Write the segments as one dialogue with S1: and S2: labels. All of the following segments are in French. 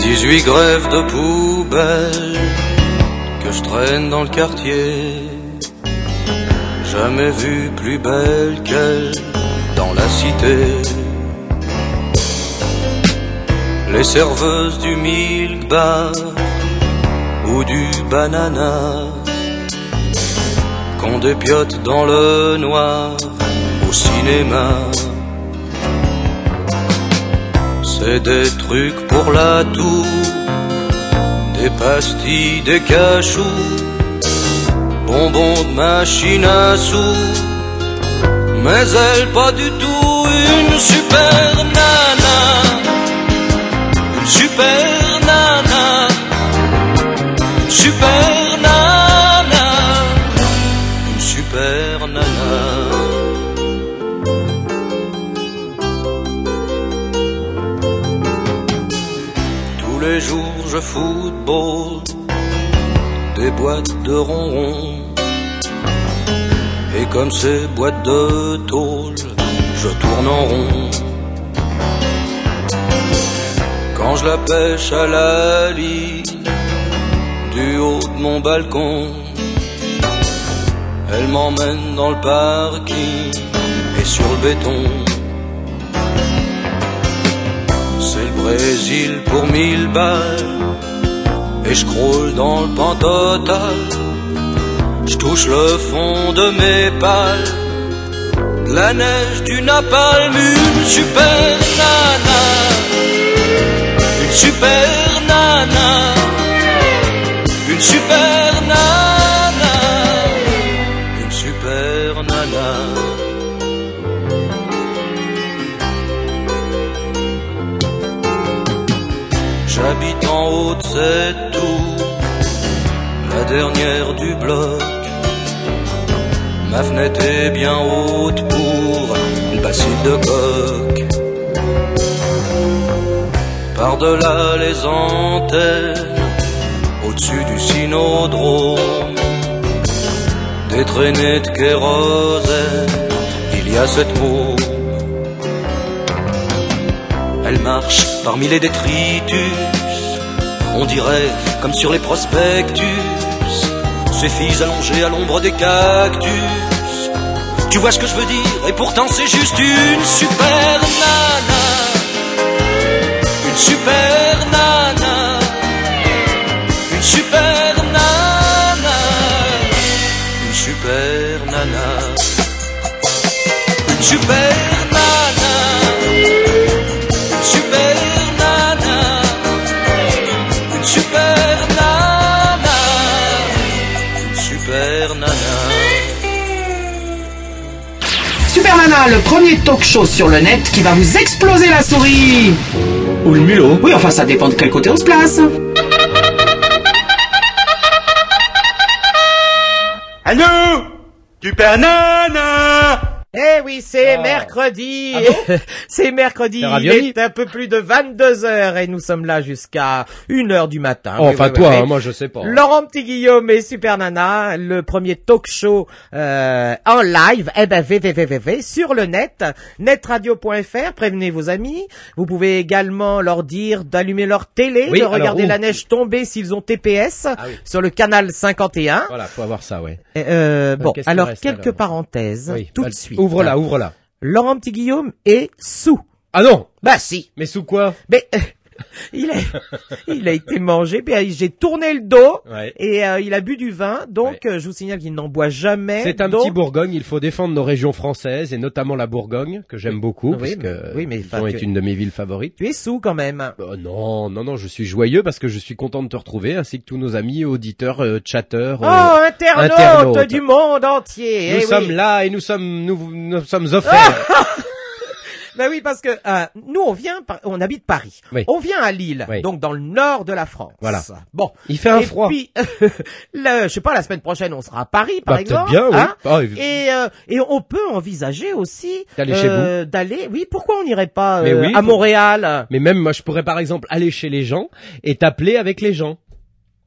S1: 18 grèves de poubelle que je traîne dans le quartier. Jamais vu plus belle qu'elle dans la cité. Les serveuses du milk bar ou du banana qu'on dépiote dans le noir au cinéma. C'est des trucs pour la tour, des pastilles, des cachous, bonbons de machine à sous. Mais elle pas du tout une super nana, une super nana, une super nana, une super nana. Tous les jours je football des boîtes de ronron. Et comme ces boîtes de tôle, je tourne en rond. Quand je la pêche à la ligne du haut de mon balcon, elle m'emmène dans le parking et sur le béton. C'est le Brésil pour mille balles Et je croule dans le pan total Je touche le fond de mes pales De La neige du napalm Une super nana Une super nana Une super nana Une super nana J'habite en haut de cette tour, la dernière du bloc. Ma fenêtre est bien haute pour le bassin de coq. Par-delà les antennes, au-dessus du synodrome, des traînées de kérosène, il y a cette môme. Elle marche parmi les détritus, on dirait comme sur les prospectus. Ses filles allongées à l'ombre des cactus. Tu vois ce que je veux dire, et pourtant c'est juste une super nana. Une super nana. Une super nana. Une super nana. Une super nana. Super nana, une super nana, une super nana.
S2: Super Nana, le premier talk show sur le net qui va vous exploser la souris Ou le mulot Oui, enfin, ça dépend de quel côté on se place
S3: Allô Super Nana
S4: Eh oui,
S5: Ah.
S4: c'est mercredi. c'est mercredi.
S5: Les
S4: Il
S5: raviolis.
S4: est un peu plus de 22 heures et nous sommes là jusqu'à 1 heure du matin.
S5: Oh,
S4: Oui,
S5: enfin
S4: oui,
S5: toi,
S4: oui.
S5: hein, moi je sais pas.
S4: Laurent Petit Guillaume et Super Nana, le premier talk show euh, en live, eh ben www sur le net, netradio.fr, prévenez vos amis. Vous pouvez également leur dire d'allumer leur télé,
S5: Oui,
S4: de
S5: alors,
S4: regarder
S5: ouh.
S4: la neige tomber s'ils ont TPS
S5: oui.
S4: sur le canal 51.
S5: Voilà, faut avoir ça, ouais.
S4: Euh, bon,
S5: qu'est-ce qu'il
S4: alors
S5: reste,
S4: quelques
S5: alors
S4: parenthèses
S5: Oui.
S4: tout
S5: Bah,
S4: de suite. Ah.
S5: Ouvre-la, ouvre-la.
S4: Laurent Petit Guillaume est sous.
S5: Ah non
S4: Bah si.
S5: Mais sous quoi
S4: Mais euh, il a, il a été mangé. puis, euh, j'ai tourné le dos
S5: Ouais.
S4: et euh, il a bu du vin. Donc euh, je vous signale qu'il n'en boit jamais.
S5: C'est un
S4: donc-
S5: petit Bourgogne, il faut défendre nos régions françaises et notamment la Bourgogne, que j'aime beaucoup,
S4: Oui,
S5: parce
S4: mais-
S5: que
S4: oui, mais enfin,
S5: Dijon
S4: tu-
S5: est une de mes villes favorites.
S4: Tu es sous quand même.
S5: Oh non, non, non, je suis joyeux parce que je suis content de te retrouver, ainsi que tous nos amis, auditeurs, euh, chatteurs.
S4: Oh,
S5: euh,
S4: internaute,
S5: internaute.
S4: du monde entier.
S5: nous
S4: eh
S5: sommes
S4: oui. Ah
S5: là et nous sommes, nous, nous sommes offerts.
S4: Bah oui, parce que euh, nous on vient, par- on habite Paris.
S5: Oui.
S4: On vient à Lille,
S5: Oui.
S4: donc dans le nord de la France.
S5: Voilà.
S4: Bon.
S5: Il fait un
S4: et
S5: froid.
S4: puis, le, je sais pas, la semaine prochaine, on sera à Paris, par
S5: Bah, peut-être
S4: exemple.
S5: bien, oui.
S4: hein.
S5: Ah, et-
S4: Et, euh, et on peut envisager aussi
S5: D'aller chez
S4: euh, d'aller. Oui, pourquoi on n'irait pas
S5: Mais
S4: euh,
S5: oui,
S4: à
S5: pour-
S4: Montréal
S5: Mais même moi, je pourrais par exemple aller chez les gens et t'appeler avec les gens.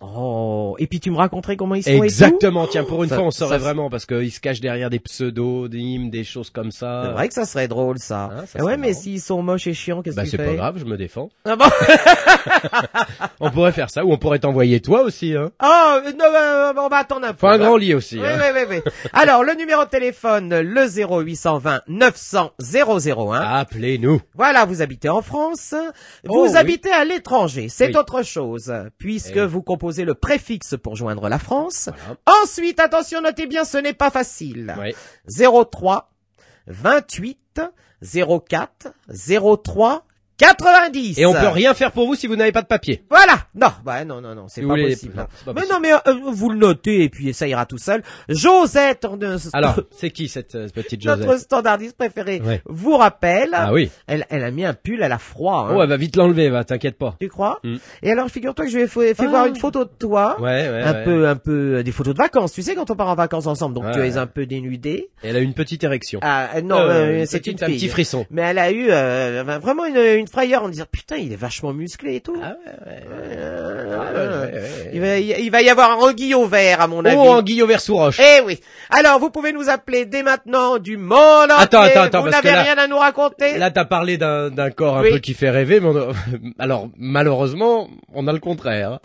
S4: Oh, et puis tu me raconterais comment ils sont et
S5: Exactement. Tiens, pour une
S4: Ça-
S5: fois, on saurait
S4: ça-
S5: vraiment parce qu'ils se cachent derrière des pseudonymes, des choses comme
S4: tout.
S5: ça.
S4: C'est vrai que ça serait drôle ça. Eh
S5: Hein, ça
S4: ouais,
S5: serait
S4: mais
S5: marrant.
S4: s'ils sont moches et chiants, qu'est-ce
S5: Bah,
S4: que tu
S5: c'est
S4: fais
S5: pas grave, je me défends.
S4: Ah bon
S5: On pourrait faire ça, ou on pourrait t'envoyer toi aussi, hein.
S4: Oh, euh, non, euh, on va attendre un peu.
S5: Faut un
S4: là.
S5: grand lit aussi,
S4: Oui,
S5: hein.
S4: oui, oui, oui. Alors, le numéro de téléphone, le 0820 900 001.
S5: Appelez-nous.
S4: Voilà, vous habitez en France, vous
S5: Oh, oui.
S4: habitez à l'étranger, c'est
S5: Oui.
S4: autre chose, puisque
S5: Eh oui.
S4: vous composez le préfixe pour joindre la France.
S5: Voilà.
S4: Ensuite, attention, notez bien, ce n'est pas facile.
S5: Ouais.
S4: 03 28 04 03 90.
S5: Et on peut rien faire pour vous si vous n'avez pas de papier.
S4: Voilà. Non, bah non, non, non, c'est
S5: Si vous
S4: pas
S5: voulez-
S4: possible.
S5: non, c'est pas
S4: mais
S5: possible.
S4: non, mais euh, vous le notez et puis ça ira tout seul. Josette, euh,
S5: Alors, c'est qui cette euh, petite
S4: notre
S5: Josette?
S4: standardiste préférée,
S5: Ouais.
S4: vous rappelle.
S5: Ah oui.
S4: Elle, elle a mis un pull, elle a froid. Hein.
S5: Oh, elle va vite l'enlever, va, t'inquiète pas.
S4: Tu crois
S5: Mm.
S4: Et alors, figure-toi que je vais fait
S5: Ah.
S4: voir une photo de toi.
S5: Ouais, ouais.
S4: un
S5: ouais.
S4: peu, un peu, euh, des photos de vacances. Tu sais, quand on part en vacances ensemble, donc
S5: Ouais,
S4: tu es
S5: ouais.
S4: un peu dénudé.
S5: Elle a une petite érection.
S4: Ah, euh, non,
S5: Euh,
S4: euh,
S5: une
S4: c'est une
S5: petite-
S4: fille.
S5: un petit frisson.
S4: Mais elle a eu euh, vraiment une, une frayeur en disant putain, il est vachement musclé et tout.
S5: Ah ouais, ouais, ouais.
S4: Euh,
S5: ouais, ouais,
S4: Il, va, il va y avoir un anguille au vert, à mon avis.
S5: Oh, Anguille au verre sous roche.
S4: Eh oui. Alors, vous pouvez nous appeler dès maintenant du monde
S5: Attends,
S4: entier.
S5: attends, attends,
S4: Vous
S5: parce que
S4: n'avez
S5: là-
S4: rien à nous raconter.
S5: Là, t'as parlé d'un d'un corps un
S4: Oui.
S5: peu qui fait rêver, mais on a- alors malheureusement, on a le contraire.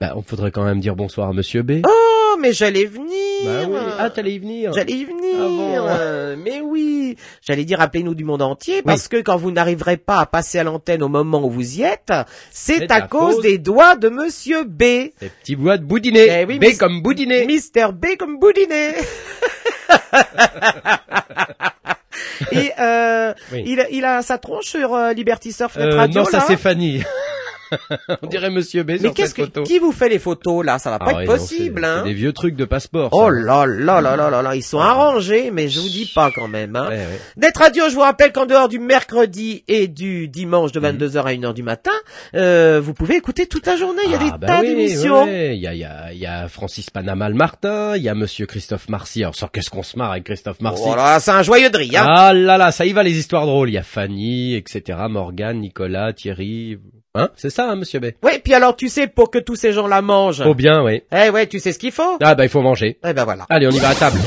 S5: Bah, on faudrait quand même dire bonsoir à Monsieur B.
S4: Oh, mais j'allais venir.
S5: bah oui. Ah, t'allais y venir.
S4: J'allais y venir.
S5: Ah bon
S4: euh, mais oui, j'allais dire appelez-nous du monde entier parce que quand vous n'arriverez pas à passer à l'antenne au moment où vous y êtes, c'est
S5: C'est
S4: à
S5: à
S4: cause
S5: cause
S4: des doigts de Monsieur B.
S5: Des petits bois de boudinet.
S4: Eh oui,
S5: B
S4: mais-
S5: comme boudinet.
S4: Mister B comme Boudinet. Et euh,
S5: Oui.
S4: il, il a sa tronche sur euh, Liberty Surf Net
S5: Euh,
S4: Radio
S5: non, ça
S4: là.
S5: c'est Fanny. on dirait Monsieur B
S4: Mais
S5: sur
S4: qu'est-ce
S5: cette
S4: que
S5: photo.
S4: qui vous fait les photos là Ça va pas
S5: Ah ouais,
S4: être
S5: non,
S4: possible.
S5: c'est-
S4: hein.
S5: c'est Des Ah. vieux trucs de passeport.
S4: Oh
S5: ça.
S4: là là là là là là, ils sont arrangés, mais je vous dis pas quand même. Hein.
S5: Ouais, ouais.
S4: Net Radio, je vous rappelle qu'en dehors du mercredi et du dimanche
S5: Mhm.
S4: de 22h à 1h du matin, euh, vous pouvez écouter toute la journée. Il y a
S5: Ah,
S4: des
S5: bah
S4: tas
S5: oui,
S4: d'émissions.
S5: ouais. Il y, a, il y, a, il y a Francis Panamal Martin, il y a Monsieur Christophe Marcy. Alors, sort qu'est-ce qu'on se marre avec Christophe Marcy
S4: Voilà, Oh c'est un joyeux de riz. Hein.
S5: Ah là là, ça y va les histoires drôles. Il y a Fanny, etc. Morgane, Nicolas, Thierry. Hein C'est ça, hein, monsieur B
S4: Ouais, puis alors tu sais pour que tous ces gens-là mangent.
S5: Oh bien, oui.
S4: Eh ouais, tu sais ce qu'il faut.
S5: Ah bah il faut manger.
S4: Eh ben voilà.
S5: Allez, on y va à table.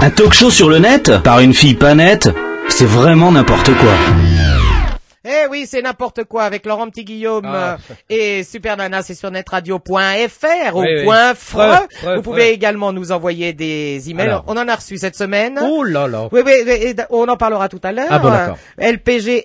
S2: Un talk show sur le net Par une fille pas nette C'est vraiment n'importe quoi.
S4: Eh oui, c'est n'importe quoi avec Laurent Petit Guillaume
S5: Ah.
S4: euh, et Super Nana, c'est sur netradio.fr ou
S5: Oui, oui.
S4: point fre.
S5: Fre, fre,
S4: Vous
S5: fre.
S4: pouvez également nous envoyer des emails.
S5: Alors.
S4: On en a reçu cette semaine.
S5: Oh là là.
S4: Oui, oui, oui, et d- on en parlera tout à l'heure.
S5: Ah bon, d'accord.
S4: Euh, LPG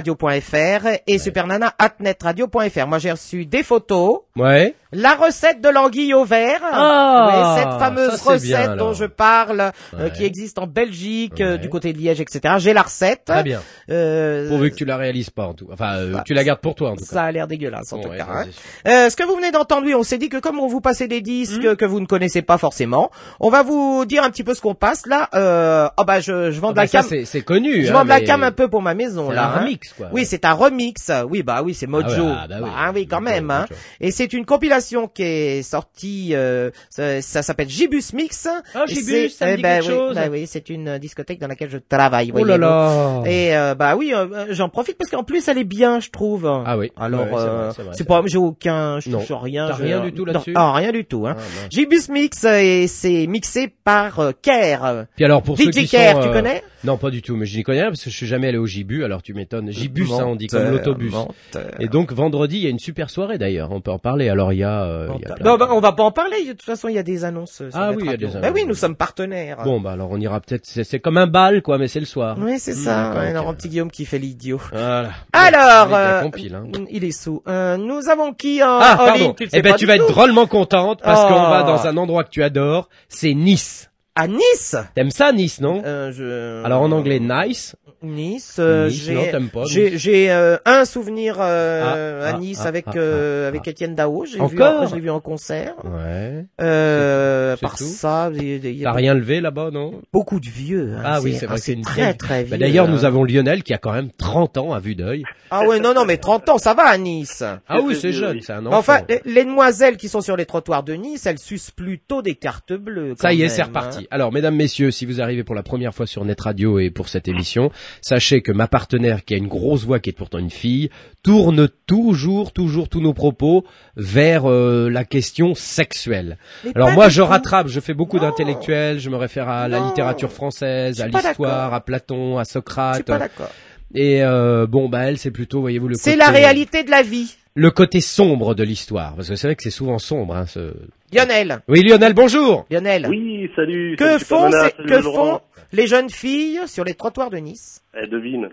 S4: netradio.fr et supernana netradio.fr. Moi, j'ai reçu des photos.
S5: Ouais.
S4: La recette de l'anguille au verre.
S5: Ah,
S4: Oui, cette fameuse
S5: ça, c'est bien,
S4: recette
S5: alors.
S4: dont je parle, euh,
S5: Ouais.
S4: qui existe en Belgique, euh,
S5: Ouais.
S4: du côté de Liège, etc. J'ai la recette.
S5: Très bien.
S4: Euh,
S5: Pourvu que tu la réalises pas en tout. Enfin, euh,
S4: bah,
S5: tu la gardes pour toi en tout cas.
S4: ça a l'air dégueulasse en tout
S5: Ouais,
S4: cas.
S5: ça,
S4: hein.
S5: c'est sûr.
S4: Euh, ce que vous venez d'entendre, oui, on s'est dit que comme on vous passait des disques
S5: Hmm.
S4: que vous ne connaissez pas forcément, on va vous dire un petit peu ce qu'on passe là. Euh, oh bah je, je vends
S5: Ah,
S4: de
S5: bah,
S4: la
S5: ça,
S4: cam,
S5: c'est c'est connu.
S4: je
S5: hein,
S4: vends de la
S5: mais
S4: cam un peu pour ma maison
S5: c'est
S4: là.
S5: un
S4: hein.
S5: remix, quoi.
S4: Oui, c'est un remix. Oui, bah oui, c'est Mojo.
S5: Ah ouais, ah bah oui.
S4: Bah, oui, quand
S5: Mojo,
S4: même. hein.
S5: Mojo.
S4: Et c'est une compilation qui est sortie. euh, ça ça s'appelle Gibus Mix.
S5: Ah,
S4: Et
S5: Gibus,
S4: c'est-
S5: ça me
S4: eh
S5: dit
S4: ben
S5: quelque
S4: oui,
S5: chose.
S4: bah oui, c'est une euh, discothèque dans laquelle je travaille.
S5: Oh là
S4: voyez-vous.
S5: là.
S4: Et euh, bah oui, euh, j'en profite parce qu'en plus elle est bien, je trouve.
S5: Ah oui.
S4: Alors,
S5: Ouais, ouais, c'est
S4: euh,
S5: vrai, c'est vrai,
S4: c'est
S5: c'est
S4: pas,
S5: vrai.
S4: j'ai aucun, je
S5: Non.
S4: touche rien.
S5: T'as
S4: je-
S5: rien du tout
S4: Non,
S5: là-dessus
S4: Ah, rien du tout. Hein.
S5: Ah, mince.
S4: Gibus Mix euh, et c'est mixé par euh, Kerr.
S5: Puis alors pour ceux
S4: DJ
S5: qui
S4: Kerr,
S5: sont,
S4: tu
S5: euh,
S4: connais
S5: Non, pas du tout, mais je n'y connais rien parce que je suis jamais allé au Gibus, alors tu m'étonnes. Gibus, hein, on dit comme
S4: Menteur,
S5: l'autobus.
S4: menteur.
S5: Et donc vendredi, il y a une super soirée d'ailleurs, on peut en parler. Alors il y a, euh, il y a plein
S4: Non,
S5: de-
S4: bah, on va pas en parler. De toute façon, il y a des annonces. euh, sur
S5: Ah
S4: notre
S5: oui, il y a
S4: radio.
S5: des
S4: Bah oui,
S5: annonces.
S4: nous sommes partenaires.
S5: Bon bah alors on ira peut-être c'est c'est comme un bal quoi, mais c'est le soir.
S4: Ah. Oui, c'est
S5: Hmm,
S4: ça.
S5: d'accord,
S4: Ouais,
S5: ok.
S4: Laurent Petit Guillaume qui fait l'idiot.
S5: Voilà.
S4: Alors,
S5: Avec la
S4: euh,
S5: compile, hein.
S4: il est sous. Euh, nous avons qui en,
S5: Ah
S4: en
S5: pardon.
S4: ligne Tu le sais
S5: eh ben
S4: pas
S5: tu
S4: du
S5: vas être
S4: tout.
S5: drôlement contente parce
S4: Oh.
S5: qu'on va dans un endroit que tu adores, c'est Nice.
S4: à Nice.
S5: T'aimes ça Nice, non
S4: Euh, je...
S5: Alors en anglais nice,
S4: Nice. euh,
S5: Nice,
S4: j'ai-
S5: non, t'aimes pas,
S4: J'ai
S5: Nice.
S4: j'ai, euh, un souvenir euh,
S5: Ah,
S4: à
S5: ah,
S4: Nice
S5: ah,
S4: avec
S5: ah,
S4: euh,
S5: ah,
S4: avec
S5: ah.
S4: Étienne Dao. J'ai vu
S5: Encore
S4: en- je l'ai vu en concert.
S5: ouais.
S4: Euh,
S5: C'est
S4: par
S5: tout
S4: ça, il il y
S5: T'as
S4: a
S5: rien levé là-bas, non
S4: beaucoup de vieux. hein.
S5: Ah oui, c'est vrai
S4: ah,
S5: que c'est une
S4: très
S5: vieille-
S4: très vieux.
S5: Bah, D'ailleurs, nous
S4: hein.
S5: avons Lionel qui a quand même 30 ans à vue d'œil.
S4: Ah ouais, non non, mais 30 ans, ça va à Nice.
S5: Ah oui, c'est jeune, c'est un enfant.
S4: Enfin, les, les demoiselles qui sont sur les trottoirs de Nice, elles sucent plutôt des cartes bleues.
S5: Ça
S4: quand
S5: y est,
S4: même,
S5: c'est
S4: hein.
S5: reparti. Alors, mesdames, messieurs, si vous arrivez pour la première fois sur Net Radio et pour cette émission, Sachez que ma partenaire, qui a une grosse voix, qui est pourtant une fille, tourne toujours, toujours tous nos propos vers euh, la question sexuelle.
S4: Mais
S5: Alors
S4: pas
S5: moi,
S4: du
S5: je
S4: tout.
S5: rattrape, je fais beaucoup
S4: Non.
S5: d'intellectuels, je me réfère à la
S4: Non.
S5: littérature française,
S4: Je
S5: à
S4: suis pas
S5: l'histoire,
S4: d'accord.
S5: à Platon,
S4: Je
S5: à
S4: suis
S5: Socrate.
S4: pas d'accord.
S5: Et euh, bon, bah elle, c'est plutôt, voyez-vous, le
S4: C'est
S5: côté-
S4: la réalité de la vie.
S5: le côté sombre de l'histoire, parce que c'est vrai que c'est souvent sombre. Hein, ce...
S4: Lionel,
S5: Oui, Lionel, bonjour.
S4: Lionel.
S6: Oui, salut.
S4: que
S6: salut,
S4: font,
S6: Supermana,
S4: ces-
S6: salut,
S4: que
S6: Laurent.
S4: font les jeunes filles sur les trottoirs de Nice
S6: Eh, devine.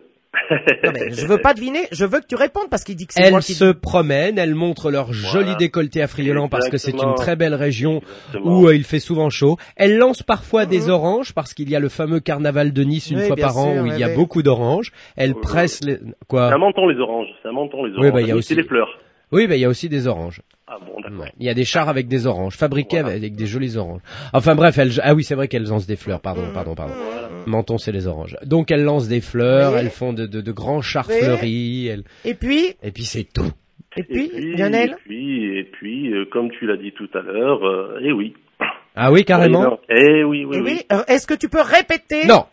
S4: Non mais je veux pas deviner, je veux que tu répondes parce qu'il dit que c'est moi
S5: Elles
S4: qui
S5: se promènent, elles montrent leur joli
S6: Voilà.
S5: décolleté affriolant parce que c'est une
S6: Exactement.
S5: très belle région
S6: Exactement.
S5: où euh, il fait souvent chaud. Elles lancent parfois des oranges parce qu'il y a le fameux carnaval de Nice une
S4: Oui,
S5: fois
S4: bien
S5: par an
S4: sûr,
S5: où
S4: oui,
S5: il y a
S4: oui.
S5: beaucoup d'oranges. Elles
S6: Oui,
S5: pressent les...
S6: C'est un
S5: Quoi
S6: menton, les oranges. C'est un menton, les oranges.
S5: Ah. bah, il y a
S6: Et
S5: aussi-
S6: C'est les fleurs.
S5: Oui, bah, il y a aussi des oranges.
S6: Ah bon, d'accord.
S5: Ouais. Il y a des chars avec des oranges, fabriqués
S6: Voilà.
S5: avec des jolies oranges. Enfin bref, elles... Ah oui, c'est vrai qu'elles lancent des fleurs, pardon, pardon, pardon.
S6: Voilà.
S5: Menton, c'est les oranges. Donc elles lancent des fleurs,
S4: Oui.
S5: elles font de, de- de grands chars
S4: Oui.
S5: fleuris, elles-
S4: Et puis,
S5: et puis c'est tout.
S4: et
S6: Et
S4: puis,
S6: puis,
S4: Lionel
S6: et puis, et puis, euh, comme tu l'as dit tout à l'heure, euh, eh oui.
S5: Ah oui, carrément
S6: Eh oui, oui,
S4: Eh
S6: oui.
S4: oui, euh, est-ce que tu peux répéter
S5: Non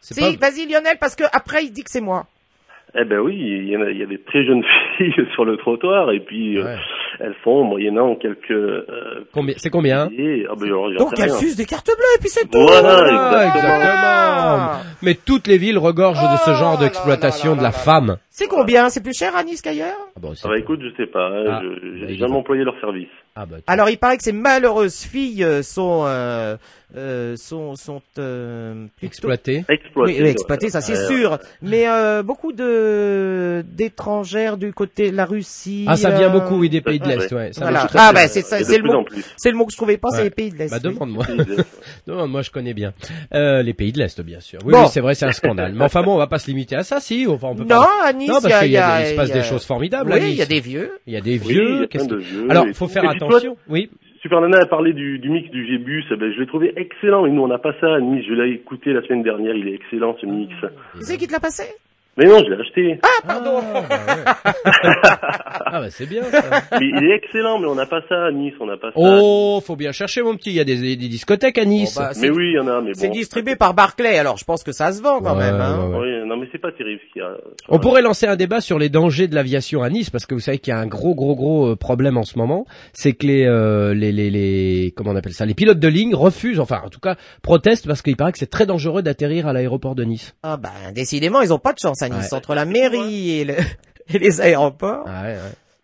S5: C'est
S4: Si, vas-y Lionel parce que après il dit que c'est moi.
S6: Eh ben oui, il y, en a, il y a des très jeunes filles sur le trottoir et puis euh,
S5: Ouais.
S6: elles font moyennant quelques. Euh,
S5: Combien C'est combien
S6: et- ah ben, alors, j'en
S4: Donc
S6: sais
S4: elle
S6: rien.
S4: suce des cartes bleues et puis c'est tout.
S6: Voilà,
S4: Voilà.
S5: exactement. Mais toutes les villes regorgent de ce
S4: Oh
S5: genre
S4: là
S5: d'exploitation
S4: là
S5: de la
S4: là là.
S5: femme.
S4: C'est combien C'est plus cher à Nice qu'ailleurs
S5: Ah bon, c'est-
S6: Ah bah écoute, je sais pas, hein,
S5: Ah,
S6: je-
S5: bah,
S6: j'ai
S5: ils ont-
S6: jamais employé leur service.
S5: ah bah, tiens.
S4: Alors il paraît que ces malheureuses filles euh, sont euh, euh, sont sont euh, plutôt-
S5: exploitée.
S6: Exploité.
S4: Oui, oui, exploité, ça c'est
S6: Ouais,
S4: sûr. Mais euh, beaucoup de d'étrangères du côté de la Russie.
S5: Ah, ça vient
S4: euh,
S5: beaucoup, oui, des pays de
S6: Ah,
S5: l'Est, ouais. Ça
S4: Voilà.
S5: marche.
S6: tout à
S4: Ah,
S6: fait,
S4: bah,
S6: ouais.
S4: c'est ça,
S6: Et de
S4: c'est le
S6: plus
S4: mot.
S6: en plus.
S4: C'est le mot que je trouvais pas, c'est
S5: Ouais.
S4: les pays de l'Est.
S5: Bah,
S4: oui.
S5: demande-moi.
S6: Ils-
S5: Demande-moi, je connais bien. Euh, les pays de l'est, bien sûr. Oui,
S4: Bon.
S5: oui, c'est vrai, c'est un scandale. Mais enfin bon, on va pas se limiter à ça, si. Enfin, on peut
S4: Non,
S5: pas...
S4: à Nice,
S5: non,
S4: il y
S5: parce
S4: a,
S5: qu'il y a, des- il se
S4: il
S5: passe
S4: y a- Ah,
S5: des choses formidables. à
S4: Oui, il y a
S5: Nice.
S4: des vieux.
S5: Il y a des
S6: Oui, il
S5: vieux.
S6: y a
S5: qu'est-ce
S6: plein de
S5: qui-
S6: vieux
S5: Alors,
S6: et
S5: faut
S6: tout.
S5: faire
S6: Et puis toi,
S5: attention. Oui.
S6: Super Nana a parlé du, du mix du Gbus, eh ben, je l'ai trouvé excellent. Et nous, on n'a pas ça. Nous, je l'ai écouté la semaine dernière. Il est excellent ce mix.
S4: Tu sais qui te l'a passé
S6: Mais non, je l'ai acheté.
S5: Ah, pardon. bah, ouais. ah, bah, c'est bien, ça.
S6: Mais il est excellent, mais on n'a pas ça à Nice. On n'a pas ça.
S5: Oh, faut bien chercher, mon petit. Il y a des, des discothèques à Nice.
S4: Bon, bah, c'est-
S6: mais oui, il y en a. Mais
S4: C'est
S6: bon.
S4: distribué par Barclay, alors je pense que ça se vend quand
S5: Ouais,
S4: même. hein.
S5: ouais, ouais.
S6: Oui, non, mais c'est pas terrible ce qu'il y a.
S5: On pourrait lancer un débat sur les dangers de l'aviation à Nice parce que vous savez qu'il y a un gros gros gros euh, problème en ce moment, c'est que les, euh, les les les comment on appelle ça, les pilotes de ligne refusent, enfin en tout cas protestent parce qu'il paraît que c'est très dangereux d'atterrir à l'aéroport de Nice.
S4: Ah ben, décidément, ils ont pas de chance à Nice
S5: Ouais.
S4: entre la mairie et, le- et les aéroports.
S5: Ah ouais, ouais.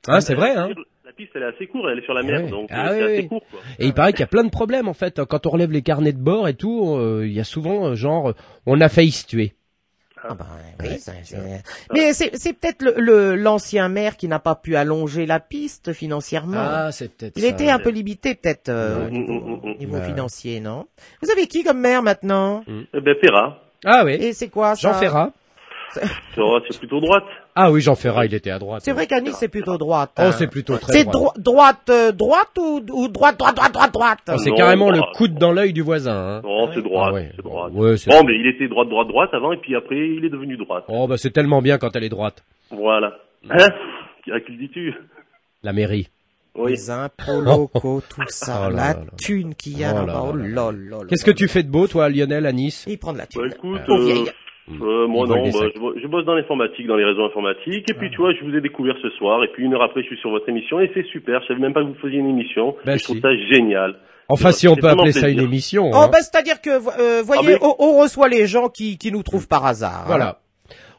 S5: Hein, c'est vrai hein.
S6: La piste, elle est assez courte. Elle est sur la
S5: Ah
S6: mer,
S5: oui.
S6: donc
S5: Ah
S6: euh, c'est
S5: oui, oui.
S6: assez court. Quoi.
S5: Et il paraît qu'il y a plein de problèmes en fait quand on relève les carnets de bord et tout, euh, il y a souvent euh, genre euh, on a failli se tuer.
S4: Ah ben, oui,
S5: Ouais,
S4: ça-
S5: c'est
S4: c'est- Mais c'est c'est peut-être le- le l'ancien maire qui n'a pas pu allonger la piste financièrement.
S5: c'est peut-être
S4: Il était un peu limité peut-être euh,
S5: Ah, Ouais.
S4: au niveau,
S6: Mm, mm, mm,
S4: niveau
S5: Ouais.
S4: financier, non Vous avez qui comme maire maintenant
S6: Eh ben, Perra.
S5: Ah oui.
S4: Et c'est quoi ça
S5: Jean Ferrat.
S6: Ferra, C'est plutôt droite.
S5: Ah oui, Jean Ferrat, il était à droite.
S4: C'est vrai qu'à Nice c'est plutôt droite.
S5: Oh,
S4: hein.
S5: c'est plutôt très
S4: C'est
S5: droit.
S4: dro- droite, euh, droite ou, ou droite, droite, droite, droite, droite.
S5: Oh, c'est
S6: Non,
S5: carrément
S6: bah,
S5: le coude dans l'œil du voisin. Hein.
S6: Non, c'est droite.
S5: Ah ouais.
S6: C'est Oh droite.
S5: Ouais, c'est-
S6: Bon, mais il était droite, droite, droite avant, et puis après, il est devenu droite.
S5: Oh bah c'est tellement bien quand elle est droite,
S6: Voilà. Hein À qui le dis-tu
S5: la mairie.
S6: Oui.
S4: Les impôts locaux, tout ça,
S5: Oh là
S4: la
S5: là là.
S4: thune qu'il y a
S5: Oh là
S4: là-bas.
S5: là
S4: Oh
S5: là.
S4: là là là
S5: Qu'est-ce que
S4: là
S5: tu fais de beau toi Lionel à Nice
S4: là. Il prend de la
S6: Bah
S4: thune.
S6: écoute,
S4: Aux
S6: euh,
S4: vieilles.
S6: euh, moi
S5: Ils volent
S6: non,
S5: des
S6: bah,
S5: sacs.
S6: je, bo- je bosse dans l'informatique, dans les réseaux informatiques, et puis tu vois, je vous ai découvert ce soir, et puis une heure après, je suis sur votre émission, et c'est super, je savais même pas que vous faisiez une émission,
S5: Ben
S6: et je
S5: si.
S6: trouve ça génial.
S5: Enfin si on
S6: C'est
S5: peut
S6: vraiment
S5: appeler ça une
S6: plaisir.
S5: émission.
S4: Oh
S5: hein.
S4: bah c'est-à-dire que vo- euh, voyez,
S6: Ah, mais-
S4: on, on reçoit les gens qui, qui nous trouvent par hasard. hein.
S5: Voilà.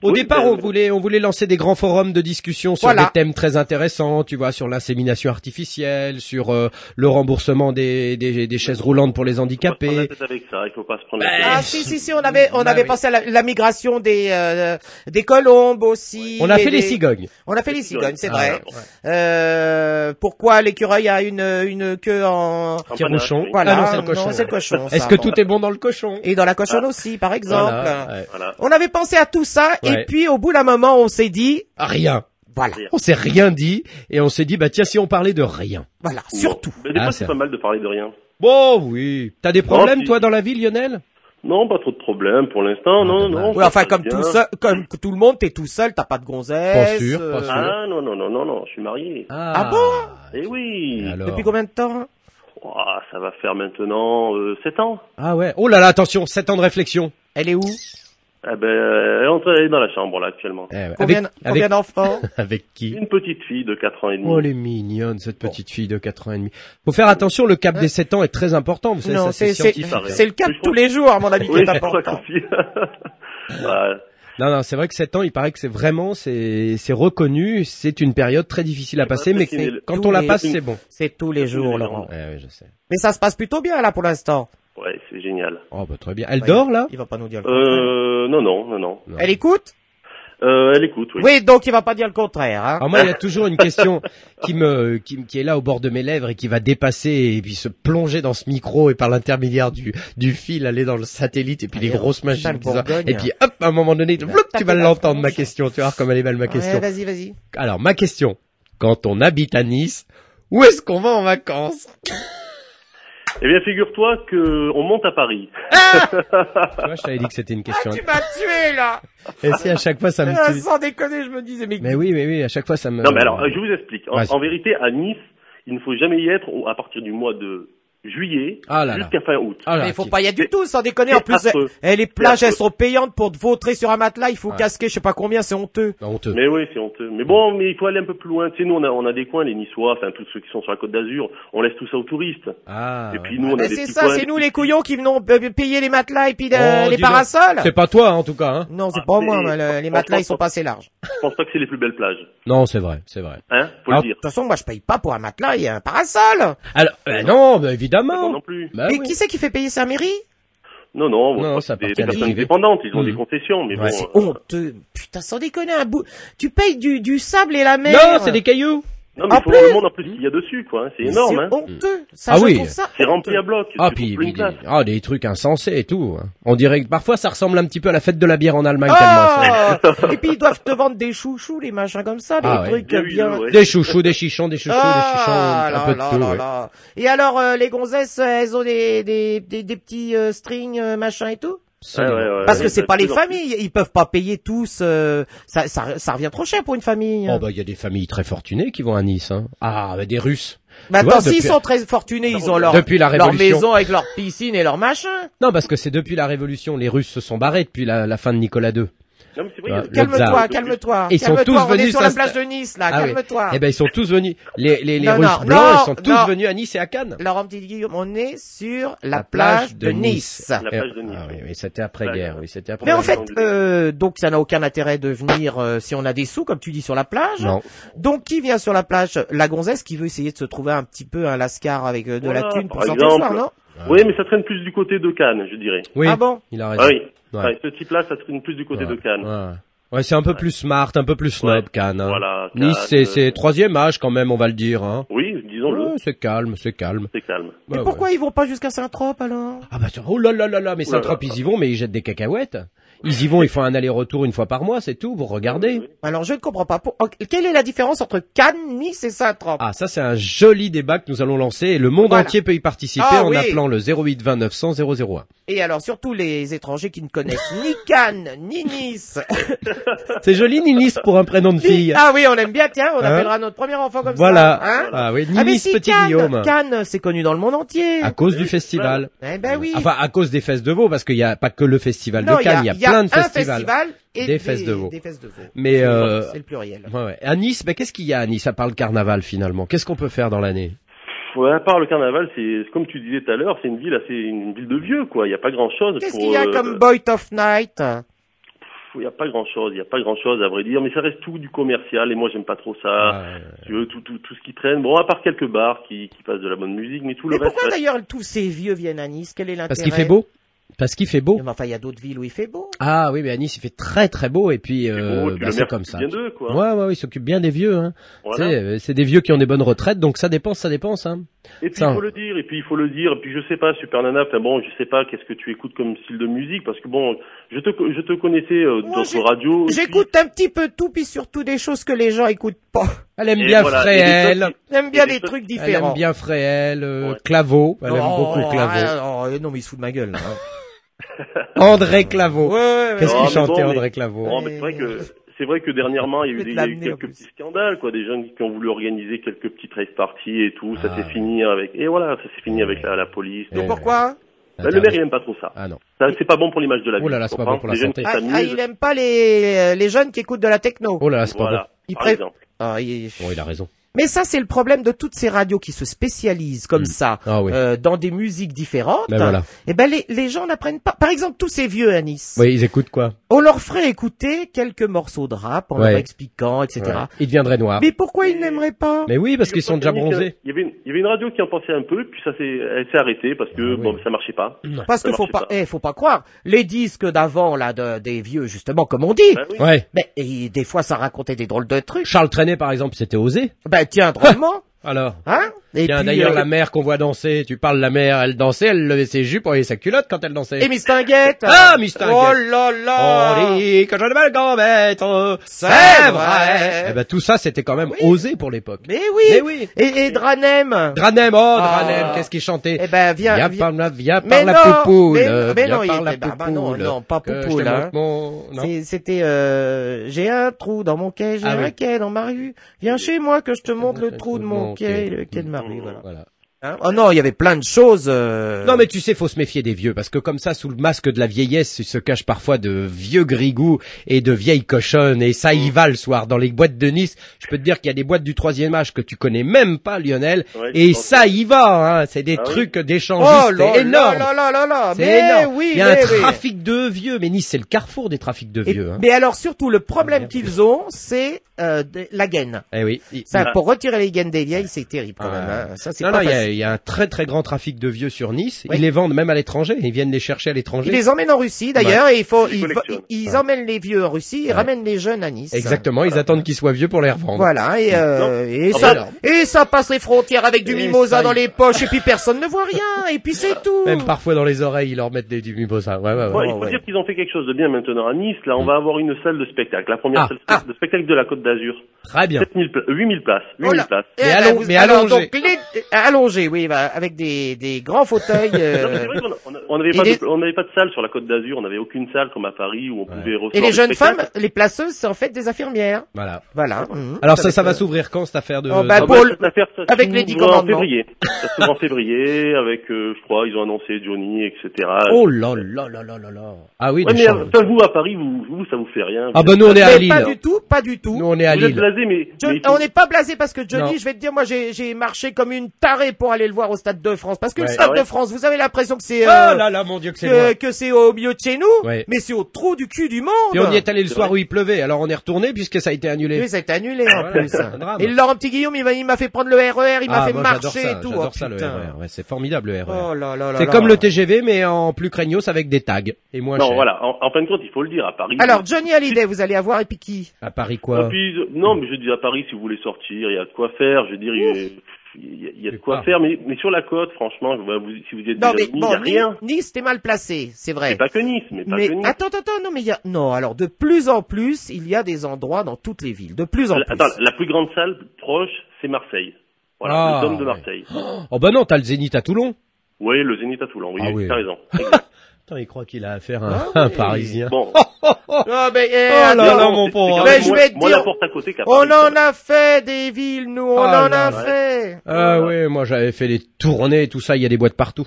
S5: Au
S6: Oui,
S5: départ,
S6: ben,
S5: on voulait, on voulait lancer des grands forums de discussion sur
S4: Voilà.
S5: des thèmes très intéressants, tu vois, sur l'insémination artificielle, sur euh, le remboursement des, des, des chaises roulantes pour les
S6: Faut pas se prendre la
S5: handicapés.
S6: tête avec ça, il faut pas se prendre
S5: Ben,
S6: la
S4: Ah
S6: tête.
S4: si si si, on avait on
S5: Bah
S4: avait
S5: oui.
S4: pensé à la, la migration des euh, des colombes aussi.
S5: On a
S4: et
S5: fait les
S4: des-
S5: cigognes.
S4: On a fait les cigognes, c'est
S5: Ah,
S4: vrai. Euh, pourquoi l'écureuil a une une queue en
S6: Un
S5: Pierre
S6: panache,
S5: Rouchon.
S6: oui.
S4: voilà
S5: Ah, non, c'est le cochon.
S4: Non, c'est le cochon.
S5: Est-ce
S4: ça,
S5: que
S4: bon.
S5: tout est bon dans le cochon
S4: et dans la
S6: Ah.
S4: cochonne aussi, par exemple.
S5: Voilà, ouais.
S6: Voilà.
S4: On avait pensé à tout ça,
S5: Ouais.
S4: et puis au bout d'un moment, on s'est dit,
S5: Ah, Rien.
S4: voilà,
S5: On s'est rien dit et on s'est dit bah tiens si on parlait de rien.
S4: voilà, surtout.
S6: Mais des
S5: Ah,
S6: fois,
S5: c'est-
S6: c'est pas mal de parler de rien.
S5: Bon oui. T'as des problèmes
S6: si.
S5: toi dans la vie Lionel
S6: Non, pas trop de problèmes pour l'instant, non,
S5: dommage.
S6: non.
S4: Oui,
S6: ça
S4: enfin,
S6: passe
S4: comme
S6: bien.
S4: tout seul, comme que tout le monde, t'es tout seul, t'as pas de gonzesse. euh, hein
S5: Pas sûr, pas sûr.
S6: Ah non, non, non, non, non, je suis marié.
S5: Ah,
S6: Eh oui.
S5: Et alors
S4: Depuis combien de temps
S6: Ouah, ça va faire maintenant euh, 7 ans.
S5: Ah ouais. Oh là là, attention, 7 ans de réflexion.
S4: Elle est où
S6: Eh ben, elle est en train- elle est dans la chambre là actuellement.
S5: Eh ouais.
S4: Combien,
S5: avec,
S4: combien
S5: avec,
S4: d'enfants
S5: avec qui
S6: Une petite fille de 4 ans et demi.
S5: Oh, elle est mignonne, cette petite fille de 4 ans et demi. Faut faire attention, le cap des 7 ans est très important, vous savez,
S4: Non,
S5: ça, c'est
S4: c'est- c'est-
S5: scientifique.
S6: pareil.
S4: C'est le cas de tous les jours, à mon avis, qui
S6: oui, Bah,
S4: est
S6: c'est pour ça
S4: important.
S6: qu'on dit. Voilà.
S5: Non, non, c'est vrai que 7 ans, il paraît que c'est vraiment, c'est, c'est reconnu, c'est une période très difficile à
S6: C'est pas
S5: passer, mais que
S6: facile.
S5: quand
S4: Tous
S5: on la
S4: les-
S5: passe,
S6: tous-
S5: c'est bon. Eh
S4: C'est tous les jours, Laurent.
S5: Ouais, ouais, je sais.
S4: Mais ça se passe plutôt bien, là, pour l'instant.
S6: Ouais, c'est génial.
S5: Oh, bah, très bien. Elle dort, là?
S4: Il va pas nous dire le contraire.
S6: Euh, non, non, non, non.
S5: Non.
S4: Elle écoute
S6: Euh, elle écoute, oui.
S4: oui. donc il va pas dire le contraire. Hein.
S5: Alors Ah, moi, il y a toujours une question qui me, qui, qui est là au bord de mes lèvres et qui va dépasser et puis se plonger dans ce micro et par l'intermédiaire du, du fil aller dans le satellite et puis les
S4: Allez,
S5: grosses
S4: sale
S5: machines qui sortent.
S4: Bourgogne.
S5: Et puis hop, à un moment donné, vloup, tu
S4: taper
S5: vas
S4: la
S5: l'entendre
S4: tronche.
S5: ma question. Tu vas voir comme elle est belle ma
S4: Ouais,
S5: question.
S4: vas-y, vas-y.
S5: Alors ma question, quand on habite à Nice, où est-ce qu'on va en vacances
S6: Eh bien, figure-toi que on monte à Paris.
S5: Tu vois, je t'avais dit que c'était une
S4: Ah,
S5: question.
S4: tu m'as tué là
S5: Et si à chaque fois ça me
S4: Ah,
S5: tue-
S4: Sans déconner, je me disais, mais,
S5: Mais oui, mais oui, à chaque fois ça me.
S6: Non, mais alors, euh, je vous explique. En,
S5: Vas-y.
S6: en vérité, à Nice, il ne faut jamais y être au- à partir du mois de juillet
S5: Ah là là.
S6: jusqu'à fin août.
S5: Ah là,
S4: Mais il faut
S5: qui-
S4: pas y être du tout, sans déconner.
S6: C'est
S4: En plus,
S6: affreux.
S4: eh, les plages,
S6: C'est
S4: elles
S6: affreux.
S4: sont payantes pour te vautrer sur un matelas. Il faut
S5: Ouais.
S4: casquer, je sais pas combien, c'est honteux.
S5: Non, Bah, honteux.
S6: Mais oui, c'est honteux. Mais bon, mais il faut aller un peu plus loin. Tu sais, nous, on a, on a des coins, les Niçois, enfin, tous ceux qui sont sur la côte d'Azur, on laisse tout ça aux touristes.
S5: Ah.
S6: et
S5: ouais.
S6: puis, nous, on a
S4: Mais
S6: des
S4: c'est
S6: petits
S4: ça,
S6: coins,
S4: c'est
S6: des
S4: nous
S6: petits-
S4: les couillons qui venons euh, payer les matelas et puis euh,
S5: Oh,
S4: les
S5: dis donc.
S4: parasoles.
S5: C'est pas toi, hein, en tout cas. Hein.
S4: Non, c'est
S6: Ah,
S4: pas
S6: c'est-
S4: moi, mais le- les
S6: franchement,
S4: matelas, ils sont
S6: faut-
S4: pas assez larges. De
S6: Je pense pas que c'est les plus belles plages.
S5: Non, c'est vrai, c'est vrai.
S6: Hein Faut
S5: Ah,
S6: le dire.
S4: toute façon, moi, je paye pas pour un matelas et un parasol.
S5: Alors,
S4: Euh,
S5: bah non, bah évidemment.
S6: Non plus.
S5: Bah
S4: mais
S5: oui.
S4: qui c'est qui fait payer sa mairie
S6: Non, non,
S5: Non,
S6: bon,
S5: ça appartient à
S6: c'est des, des
S5: des
S6: personnes
S5: privés.
S6: indépendantes, ils ont
S5: Mhm.
S6: des concessions, mais
S5: Ouais,
S6: bon.
S5: c'est
S6: euh,
S4: Honteux. Putain, sans déconner, un bout. Tu payes du, du sable et la mer.
S5: Non, c'est des cailloux.
S6: Non, mais
S4: En
S6: il faut voir
S4: plus-
S6: le monde en plus qu'il y a dessus, quoi. hein, C'est énorme, hein.
S4: C'est honteux. Ça,
S5: Ah
S4: je
S5: oui.
S4: trouve ça
S6: C'est rempli
S4: honteux.
S6: à bloc.
S5: Ah
S6: tu
S5: puis,
S6: trouves plus
S5: puis
S6: une
S5: des,
S6: place.
S5: ah, des trucs insensés et tout. hein. On dirait que parfois ça ressemble un petit peu à la fête de la bière en Allemagne tellement ça.
S4: Ah et puis ils doivent te vendre des chouchous, les machins comme ça, des
S5: Ah ouais.
S4: trucs
S6: Bien
S4: euh,
S6: oui,
S4: bien.
S6: hein, ouais.
S5: Des chouchous, des chichons, des chouchous,
S4: Ah,
S5: des chichons, un
S4: là,
S5: peu de
S4: là,
S5: tout.
S4: là,
S5: ouais.
S4: là. Et alors euh, les gonzesses, euh, elles ont des des des, des petits euh, strings euh, machin et tout
S6: Ouais,
S5: Absolument.
S6: ouais, ouais,
S4: Parce
S6: ouais,
S4: que
S6: ça
S4: c'est pas les
S6: Euh, toujours-
S4: familles, ils peuvent pas payer tous. euh, ça, ça ça revient trop cher pour une famille.
S5: Oh bah il y a des familles très fortunées qui vont à Nice. Hein. Ah bah, des Russes.
S4: Mais
S5: tu vois,
S4: attends, s'ils
S5: depuis-
S4: sont très fortunés, ils ont leur
S5: depuis la
S4: leur
S5: révolution.
S4: maison avec leur piscine et leur machin.
S5: Non parce que c'est depuis la révolution les Russes se sont barrés depuis la, la fin de Nicolas II.
S6: Non, mais c'est vrai, il y a
S5: Le
S6: des-
S4: Calme-toi,
S5: tsar.
S4: calme-toi.
S5: Ils sont
S4: calme-toi,
S5: tous
S4: on est
S5: venus
S4: sur la plage
S5: s'insta-
S4: de Nice là,
S5: Ah oui.
S4: calme-toi.
S5: Eh ben ils sont tous venus. Les les, les
S4: Non,
S5: Russes
S4: non,
S5: blancs
S4: non,
S5: ils sont tous
S4: non.
S5: venus à Nice et à Cannes.
S4: Laurent Petit Guillaume, on est sur la,
S5: ben, La
S4: plage, de, Nice.
S6: La
S5: Eh,
S6: plage de Nice.
S5: Ah oui, oui, c'était après guerre. Oui, c'était après.
S4: Mais en
S5: guerre.
S4: fait, euh, donc ça n'a aucun intérêt de venir euh, si on a des sous, comme tu dis, sur la plage.
S5: non.
S4: Donc qui vient sur la plage La gonzesse qui veut essayer de se trouver un petit peu un lascar avec euh, de la
S6: Voilà,
S4: thune pour
S6: par
S4: sortir le soir,
S6: exemple.
S4: non
S6: Oui, mais ça traîne plus du côté de Cannes, je dirais.
S5: Oui.
S4: Ah bon
S5: Il a raison.
S6: Ah oui.
S5: Ouais.
S6: Ouais, ce type-là, ça traîne plus du côté de Cannes.
S5: Ouais. Ouais, c'est un peu plus smart, un peu plus snob,
S6: Ouais.
S5: Cannes. hein.
S6: Voilà.
S5: Nice,
S6: Cannes,
S5: c'est,
S6: euh,
S5: c'est troisième âge quand même, on va le dire. Hein.
S6: Oui, disons-le.
S5: Ouais, c'est calme, c'est calme.
S6: C'est calme.
S4: Mais
S5: Ouais,
S4: pourquoi
S5: ouais.
S4: ils vont pas jusqu'à Saint-Trope alors
S5: Ah bah tiens, oh là là là là, mais
S6: Ouh là
S5: Saint-Trope, ils y vont, mais ils jettent des cacahuètes. Ils y vont, ils font un aller-retour une fois par mois, c'est tout, vous regardez.
S4: Alors je ne comprends pas. Pour- ok, Quelle est la différence entre Cannes, Nice et Saint-Trope
S5: Ah, ça c'est un joli débat que nous allons lancer, et le monde
S4: Voilà.
S5: entier peut y participer
S4: Ah
S5: en
S4: oui.
S5: appelant le 08 29 100 001.
S4: Et alors surtout les étrangers qui ne connaissent ni Cannes ni Nice.
S5: C'est joli, ni Nice, pour un prénom de fille.
S4: ah oui, on aime bien, tiens, on
S5: Hein
S4: appellera notre premier enfant comme
S5: voilà.
S4: ça. Hein
S5: ah oui,
S4: ah mais
S5: Nice,
S4: si,
S5: petit
S4: Cannes,
S5: Guillaume.
S4: Cannes, c'est connu dans le monde entier.
S5: À cause du festival.
S4: Eh ben oui.
S5: Enfin, à cause des fesses de veau, parce qu'il n'y a pas que le festival
S4: Non,
S5: de Cannes, il y a, plein de
S4: un
S5: festivals.
S4: festival et
S5: Des fesses de veau.
S4: des fesses de veau.
S5: Mais,
S4: C'est-
S5: euh,
S4: c'est le pluriel.
S5: Ouais, ouais. À Nice, bah, qu'est-ce qu'il y a à Nice à part le carnaval finalement Qu'est-ce qu'on peut faire dans l'année
S6: Ouais, à part le carnaval, c'est comme tu disais tout à l'heure, c'est une ville assez une ville de vieux quoi. Il y a pas grand chose.
S4: Qu'est-ce qu'il y
S6: euh,
S4: a comme Boy of Night
S6: Il y a pas grand chose. Il y a pas grand chose à vrai dire, mais ça reste tout du commercial et moi j'aime pas trop ça.
S5: Euh,
S6: Tu veux, tout, tout tout ce qui traîne. Bon, à part quelques bars qui qui passent de la bonne musique, mais tout
S4: Mais
S6: le reste.
S4: pourquoi
S6: reste-
S4: d'ailleurs tous ces vieux viennent à Nice Quel est l'intérêt
S5: Parce qu'il fait beau. Parce qu'il fait beau.
S4: Mais enfin, il y a d'autres villes où il fait beau.
S5: Ah oui, mais à Nice il fait très très beau et puis
S6: c'est
S5: euh,
S6: beau, tu
S5: bah,
S6: le
S5: c'est
S6: mères
S5: comme ça.
S6: bien d'eux, quoi.
S5: Ouais, ouais, ouais, ils s'occupent bien des vieux. Hein.
S6: hein. Voilà.
S5: Tu sais, euh, C'est des vieux qui ont des bonnes retraites, donc ça dépense, ça dépense. Hein.
S6: Et puis
S5: Ça,
S6: il
S5: on-
S6: faut le dire, et puis il faut le dire, et puis je sais pas, Super Nana, enfin bon, je sais pas qu'est-ce que tu écoutes comme style de musique, parce que bon, je te, co- je te connaissais euh,
S4: Moi, j'ai-
S6: d'autres radios. et
S4: J'écoute un petit peu tout, puis surtout des choses que les gens écoutent pas.
S5: Elle aime
S6: Et
S5: bien
S6: voilà, et des
S5: Fréhel.
S6: choses
S4: J'aime bien
S6: Et
S4: des
S6: des
S4: trucs
S5: Elle aime
S4: différents.
S5: bien Fréhel, euh,
S6: Ouais.
S5: Claveau. Elle aime
S4: Oh,
S5: beaucoup Claveau.
S4: ah, non, non, mais il se fout de ma gueule. là, hein.
S5: André Claveau.
S4: ouais, ouais, ouais.
S5: Qu'est-ce
S6: Oh,
S5: qu'il
S6: mais bon,
S5: chantait
S6: mais-
S5: André Claveau
S6: Bon, mais c'est vrai que c'est vrai que dernièrement il y a
S4: Je
S6: eu,
S4: vais te
S6: des, il y a eu
S4: l'amener, en
S6: quelques
S4: plus.
S6: petits scandales quoi, des gens qui, qui ont voulu organiser quelques petites rave parties et tout, ça
S5: Ah.
S6: s'est fini avec et voilà, ça s'est fini avec la, la police.
S5: Et-
S6: Donc,
S4: Pourquoi hein
S6: Bah, le maire, il aime pas trop ça.
S5: Ah non.
S6: Ça, c'est pas bon pour l'image de la
S5: Oh
S6: ville.
S5: là là,
S6: tu
S5: c'est pas
S6: comprends
S5: bon pour la
S6: Les jeunes
S5: santé.
S4: Ah,
S6: s'amusent.
S4: ah, il aime pas les, les jeunes qui écoutent de la techno.
S5: Oh là là, c'est pas
S6: Voilà.
S4: Il
S6: Par
S4: pré-
S6: exemple.
S4: Ah, il-
S5: bon. Bon, il a raison.
S4: Mais ça, c'est le problème de toutes ces radios qui se spécialisent comme
S5: Mm.
S4: ça
S5: Ah oui.
S4: euh, dans des musiques différentes.
S5: Ben voilà.
S4: Et ben les, les gens n'apprennent pas. Par exemple, tous ces vieux à Nice,
S5: Oui, ils écoutent quoi
S4: on leur ferait écouter quelques morceaux de rap en
S5: Ouais.
S4: leur expliquant, etc.
S5: Ouais. Ils deviendraient noirs.
S4: Mais pourquoi ils n'aimeraient pas
S5: Mais oui, parce qu'ils sont déjà bronzés.
S6: Il y, avait une, il y avait une radio qui en pensait un peu, puis ça s'est, elle s'est arrêtée parce que
S5: Ah oui.
S6: bon, ça marchait pas.
S4: Parce
S6: Ça
S4: qu'il faut
S6: marchait
S4: pas,
S6: pas.
S4: eh, faut pas croire. Les disques d'avant là, de- des vieux justement, comme on dit.
S6: Bah oui.
S5: Ouais.
S4: Mais et des fois, ça racontait des drôles de trucs.
S5: Charles Trenet, par exemple, c'était osé.
S4: Ben tiens, drôlement,
S5: Alors.
S4: hein Et
S5: Tiens,
S4: puis,
S5: d'ailleurs,
S4: euh,
S5: la mère qu'on voit danser, tu parles de la mère, elle dansait, elle levait ses jupes, envoyait sa culotte quand elle dansait.
S4: Et Miss Tinguette
S5: Ah, Miss Tinguette.
S4: Oh là
S5: On
S4: là
S5: dit que je ne me commettre,
S4: Ah. C'est vrai.
S5: Eh ben, tout ça, c'était quand même
S4: Oui.
S5: osé pour l'époque.
S4: Mais oui
S5: Mais oui.
S4: Et, et Dranem
S5: Dranem, oh,
S4: Ah.
S5: Dranem, qu'est-ce qu'il chantait?
S4: Eh ben, viens,
S5: viens
S4: viens.
S5: par la, viens par
S4: Mais
S5: la
S4: non,
S5: poupoule.
S4: mais- mais
S5: viens
S4: non, il
S5: par la
S4: était- bah,
S5: poupoule.
S4: bah non, non, pas
S5: que je te
S4: poupoule,
S5: montre
S4: hein.
S5: mon- non.
S4: C'est- C'était euh, j'ai un trou dans mon quai, j'ai
S5: Ah
S4: un
S5: oui.
S4: quai dans ma rue. Viens chez moi que je te montre le trou de mon quai, et le quai de ma rue. Voilà. Hein oh non, il y avait plein de choses. euh,
S5: Mmh, Non mais tu sais, faut se méfier des vieux parce que comme ça, sous le masque de la vieillesse, il se cache parfois de vieux grigous et de vieilles cochonnes et ça y
S4: Mmh.
S5: va le soir dans les boîtes de Nice. Je peux te dire qu'il y a des boîtes du troisième âge que tu connais même pas, Lionel,
S6: Ouais,
S4: Ah,
S6: je
S5: et
S6: pense.
S5: ça y va. Hein, c'est des
S6: Ah oui.
S5: trucs
S4: Oh
S5: d'échangistes
S4: là
S5: énormes.
S4: là là là là
S5: C'est
S4: Mais
S5: énorme.
S4: oui,
S5: il y a un
S4: mais oui.
S5: trafic de vieux, mais Nice c'est le carrefour des trafics de
S4: Et-
S5: vieux. Hein. Ah,
S4: Mais alors surtout le problème qu'ils ont, c'est euh, de- la gaine.
S5: Eh oui. il-
S4: Ça,
S6: Ouais.
S4: pour retirer les gaines des vieilles, c'est terrible quand
S5: Ah.
S4: même. hein. Ça, c'est
S5: Non,
S4: pas
S5: non, il y, a,
S4: facile.
S5: il y a un très très grand trafic de vieux sur Nice.
S4: Oui.
S5: Ils les vendent même à l'étranger. Ils viennent les chercher à l'étranger.
S4: Ils les emmènent en Russie d'ailleurs et il faut,
S6: Ils
S4: il faut-
S6: collectionnent.
S4: ils emmènent les vieux en Russie, ils ramènent les jeunes à Nice.
S5: Exactement. Ils attendent qu'ils soient vieux pour les revendre.
S4: Voilà et euh, et
S6: Ah
S4: ça
S5: bah
S4: et ça passe les frontières avec du
S5: Et
S4: mimosa
S5: ça,
S4: dans
S5: il-
S4: les poches et puis personne ne voit rien et puis c'est tout.
S5: Même parfois dans les oreilles, ils leur mettent des, du mimosa. Ouais, euh, ouais, ouais.
S6: Ouais, il
S4: Oh,
S6: faut
S4: ouais.
S6: dire qu'ils ont fait quelque chose de bien maintenant à Nice. Là, on va avoir une salle de spectacle, la première
S5: Ah,
S6: salle
S5: ah.
S6: de spectacle de la Côte d'Azur.
S5: Très bien.
S6: 7000 pla- 8000 places, 8000
S4: Oh là.
S6: places.
S4: Eh
S5: Mais
S4: ben,
S5: allons-
S4: vous-
S5: mais
S4: alors,
S5: allongé.
S4: donc, les- euh, allongé, oui, bah, avec des, des grands fauteuils. euh,
S6: Non, mais c'est vrai qu'on- on- on n'avait
S4: Et
S6: pas,
S4: les-
S6: de- on n'avait pas de salle sur la Côte d'Azur, on n'avait aucune salle comme à Paris où on pouvait recevoir
S4: et les
S6: des
S4: jeunes
S6: spectacles.
S4: femmes, les placeuses, c'est en fait des infirmières.
S5: Voilà.
S4: Voilà. Mhm.
S5: Alors ça, ça va s'ouvrir quand cette affaire de
S4: Oh, bah,
S6: Ah
S5: de-
S6: bah,
S4: Paul,
S6: cette affaire, ça
S4: avec
S6: s'ouvre
S4: les dix
S6: en
S4: commandements.
S6: février. Ça s'ouvre en février avec, euh, je crois, ils ont annoncé Johnny, etc.
S5: Oh là là là là là là. Ah oui.
S6: ouais,
S5: des
S6: mais
S5: chambres.
S6: euh, enfin, vous à Paris, vous, vous, ça vous fait rien.
S5: Ah
S6: Vous
S5: bah
S6: êtes-
S5: nous on est à
S4: Mais pas
S5: Lille.
S4: du tout, pas du tout.
S5: Nous on est à
S6: vous êtes
S5: Lille.
S6: blasé, mais,
S4: Je-
S6: mais il faut-
S4: on n'est pas blasé parce que Johnny,
S5: Non.
S4: je vais te dire, moi j'ai j'ai marché comme une tarée pour aller le voir au Stade de France. Parce que le
S5: Ouais.
S4: Stade
S6: Ah ouais
S4: de France, vous avez l'impression que c'est
S5: Oh
S4: euh,
S5: là là, mon Dieu que c'est
S4: que,
S5: loin.
S4: que c'est au milieu de chez nous,
S5: Ouais.
S4: mais c'est au trou du cul du monde.
S5: Et on y est allé le
S6: C'est
S5: soir où
S6: vrai.
S5: il pleuvait. Alors on est retourné puisque ça a été annulé.
S4: Oui, ça a été annulé en
S5: Voilà,
S4: plus.
S5: c'est un drame.
S4: Et Laurent Petit Guillaume, il m'a il m'a fait prendre le RER, il m'a
S5: ah,
S4: fait
S5: moi, j'adore
S4: marcher
S5: ça,
S4: et tout.
S5: J'adore
S4: Oh,
S5: ça le
S4: putain.
S5: RER. Ouais, c'est formidable le E
S4: Oh
S5: RER.
S4: là là là
S6: Bah
S5: C'est
S4: là.
S5: comme le TGV mais en plus craignos avec des tags et moins
S6: euh, Non,
S5: cher.
S6: voilà, en, en fin de compte, il faut le dire, à Paris.
S4: Alors Johnny Hallyday, vous allez avoir et puis qui
S5: À Paris
S6: Ah,
S5: quoi
S6: puis, euh, non, mais je dis à Paris, si vous voulez sortir, il y a de quoi faire. Je veux dire, il y a- il y a, il y a de
S5: Mais
S6: quoi
S5: pas.
S6: faire. Mais, mais sur la côte, franchement, je vois, vous- si vous y êtes
S4: Non
S6: déjà
S4: mais
S6: venu, il
S4: bon,
S6: n'y a rien.
S4: Ni- Nice, t'es mal placé, c'est vrai.
S6: Mais pas que Nice, mais pas
S4: Mais
S6: que Nice.
S4: attends, attends, attends, non mais il y a non. Alors de plus en plus, il y a des endroits dans toutes les villes, de plus en
S6: La-
S4: plus.
S6: Attends, la plus grande salle proche, c'est Marseille. Voilà,
S5: Ah,
S6: le dôme de
S5: ouais.
S6: Marseille.
S5: Oh bah non, t'as le Zénith à Toulon.
S6: Oui, le Zénith à Toulon, oui,
S5: Ah oui.
S6: t'as raison.
S5: Attends, il croit qu'il a affaire à un, un Parisien.
S6: Bon.
S4: Ah, mais, eh,
S5: Oh là
S4: attends.
S5: là, mon pauvre.
S6: C'est quand
S4: Mais
S6: même
S4: je
S6: moins-
S4: vais te
S6: moins
S4: dire-
S6: la porte à côté qu'à
S4: On
S6: Paris,
S4: en a fait des villes, nous, on
S5: Oh
S4: en
S5: là
S4: a
S5: là.
S4: fait.
S5: Ah
S6: Voilà.
S5: ouais, moi j'avais fait des tournées et tout ça, il y a des boîtes partout.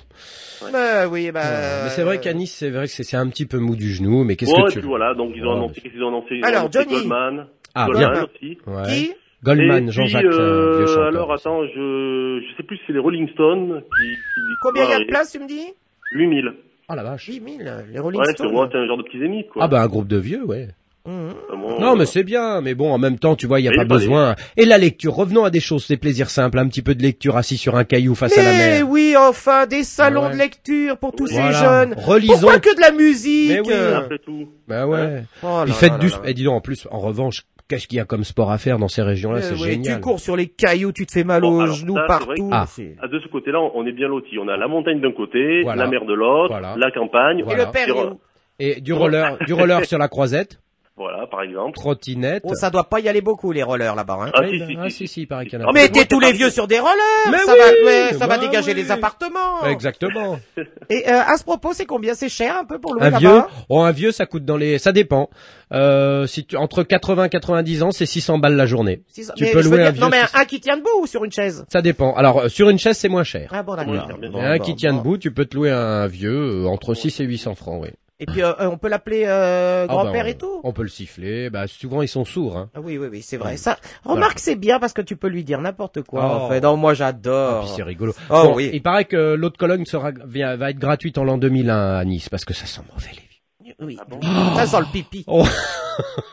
S4: Bah oui, bah.
S5: mais c'est vrai qu'à Nice, c'est vrai que c'est c'est un petit peu mou du genou, mais qu'est-ce
S6: Euh, Ouais,
S5: que tu Ah,
S6: et puis voilà, donc ils ont
S5: Ouais,
S6: annoncé, qu'est-ce qu'ils ont annoncé, ils ont
S4: Alors,
S6: annoncé
S4: Johnny.
S6: Goldman,
S5: Ah,
S6: Goldman
S5: bien.
S6: aussi.
S5: Ouais.
S4: euh, Qui
S5: Goldman,
S6: Et
S5: Jean-Jacques,
S6: puis,
S5: euh, vieux
S6: euh,
S5: chanteur.
S6: alors attends, je je sais plus si c'est les Rolling Stones qui, qui
S4: Combien il y a de
S6: Ouais,
S4: places, tu me dis
S6: 8000.
S5: Ah la vache.
S4: 8000, les Rolling
S6: Ouais, c'est
S4: Stones.
S6: ouais, c'est un genre de petit zénith quoi.
S5: Ah bah un groupe de vieux, ouais.
S4: Mhm.
S6: Vraiment,
S5: Non, mais
S6: euh,
S5: c'est bien, mais bon, en même temps, tu vois, il n'y a
S6: Mais
S5: pas
S6: il faut
S5: besoin. Et la lecture, revenons à des choses, des plaisirs simples, un petit peu de lecture assis sur un caillou face à Ah, la
S4: Mais
S5: mer.
S4: oui, enfin, des salons
S5: Ouais.
S4: de lecture pour tous
S5: Voilà.
S4: ces jeunes.
S5: Relisons.
S4: Pourquoi que de la musique
S5: Mais oui.
S4: euh
S6: Après tout.
S5: Bah ouais.
S4: Oh là
S5: Puis faites
S4: là
S5: du...
S4: là là.
S5: Et dis donc, en plus, en revanche, qu'est-ce qu'il y a comme sport à faire dans ces régions-là,
S4: Eh
S5: c'est
S4: oui,
S5: génial.
S4: Tu cours sur les cailloux, tu te fais mal
S6: Bon,
S4: aux
S6: alors,
S4: genoux
S6: ça, c'est vrai
S4: partout.
S5: que- Ah.
S4: c'est-
S6: Ah, de ce côté-là, on est bien loti. On a la montagne d'un côté,
S5: Voilà.
S6: la mer de l'autre,
S5: Voilà.
S6: la campagne.
S4: Et
S5: Voilà.
S4: le père, il est où
S5: Et du roller, du roller sur la croisette.
S6: Voilà, par exemple.
S5: Trottinette.
S4: Oh, ça doit pas y aller beaucoup, les rollers, là-bas, hein.
S6: Ah,
S5: Ouais,
S6: si,
S5: ben,
S6: si,
S5: ah,
S6: si,
S5: si, si, il paraît qu'il y en a.
S6: Ah, mais
S4: Mettez
S6: moi,
S4: tous
S6: c'est
S4: les
S6: pas-
S4: vieux sur des rollers
S5: Mais
S4: Ça,
S5: oui,
S4: va, mais ça va
S5: bah
S4: dégager
S5: oui.
S4: les appartements
S5: Exactement.
S4: Et euh, à ce propos, c'est combien C'est cher un peu pour louer
S5: un vieux,
S4: là-bas
S5: oh, un vieux, ça coûte dans les, ça dépend. Euh, si tu, entre 80 et 90 ans, c'est 600 balles la journée.
S4: Si-
S5: Tu
S4: mais
S5: peux
S4: je veux
S5: louer un
S4: dire- Non,
S5: vieux
S4: mais un, un qui tient debout ou sur une chaise
S5: Ça dépend. Alors, euh, sur une chaise, c'est moins cher.
S4: Ah bon, d'accord.
S6: Voilà.
S5: Et
S6: Bon,
S5: un
S4: bon,
S5: qui tient
S4: bon.
S5: debout, tu peux te louer un vieux euh, entre 6 et 800 francs, oui.
S4: Et puis, euh, euh, on peut l'appeler euh,
S5: Ah,
S4: grand-père
S5: ben,
S4: et tout
S5: On peut le siffler. Bah, souvent, ils sont sourds, hein.
S4: Ah oui, oui, oui, c'est vrai. Ça, remarque, c'est bien parce que tu peux lui dire n'importe quoi.
S5: Oh.
S4: En fait, non, moi,
S5: Ah,
S4: j'adore.
S5: puis c'est rigolo.
S4: Oh,
S5: Bon,
S4: oui.
S5: Il paraît que l'autre colonne sera, vient- va être gratuite en l'an 2001 à Nice, parce que ça sent mauvais, les vieux.
S4: Oui. Ça sent le pipi.
S5: Ah, Oh.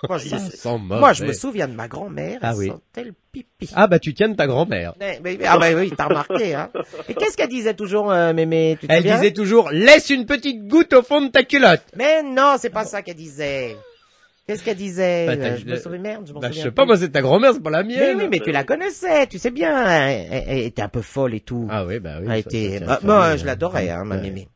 S4: Moi, je,
S5: Ça
S4: me-
S5: sent mauvais.
S4: moi, je me souviens de ma grand-mère.
S5: Ah
S4: elle
S5: oui.
S4: sentait le pipi.
S5: Ah, bah, tu tiens de ta grand-mère.
S4: Eh, mais- mais- ah bah oui, t'as remarqué. Hein. Et qu'est-ce qu'elle disait toujours, euh, mémé tu te
S5: Elle
S4: souviens
S5: disait toujours, laisse une petite goutte au fond de ta culotte.
S4: Mais non, c'est pas ça qu'elle disait. Qu'est-ce qu'elle disait
S5: Bah, t'as
S4: Euh,
S5: dit-
S4: Je me souviens, merde, je m'en
S5: Bah, je
S4: souviens.
S5: sais pas, moi, c'est ta grand-mère, c'est pas la
S4: Mais
S5: mienne.
S4: oui, mais tu la connaissais, tu sais bien. Elle, elle- elle était un peu folle et tout.
S5: Ah oui, bah oui.
S4: elle
S5: ça,
S4: était.
S5: ça, ça,
S4: bah,
S5: ça,
S4: moi,
S5: ça,
S4: je
S5: ça,
S4: l'adorais, hein, ma
S5: ouais.
S4: mémé.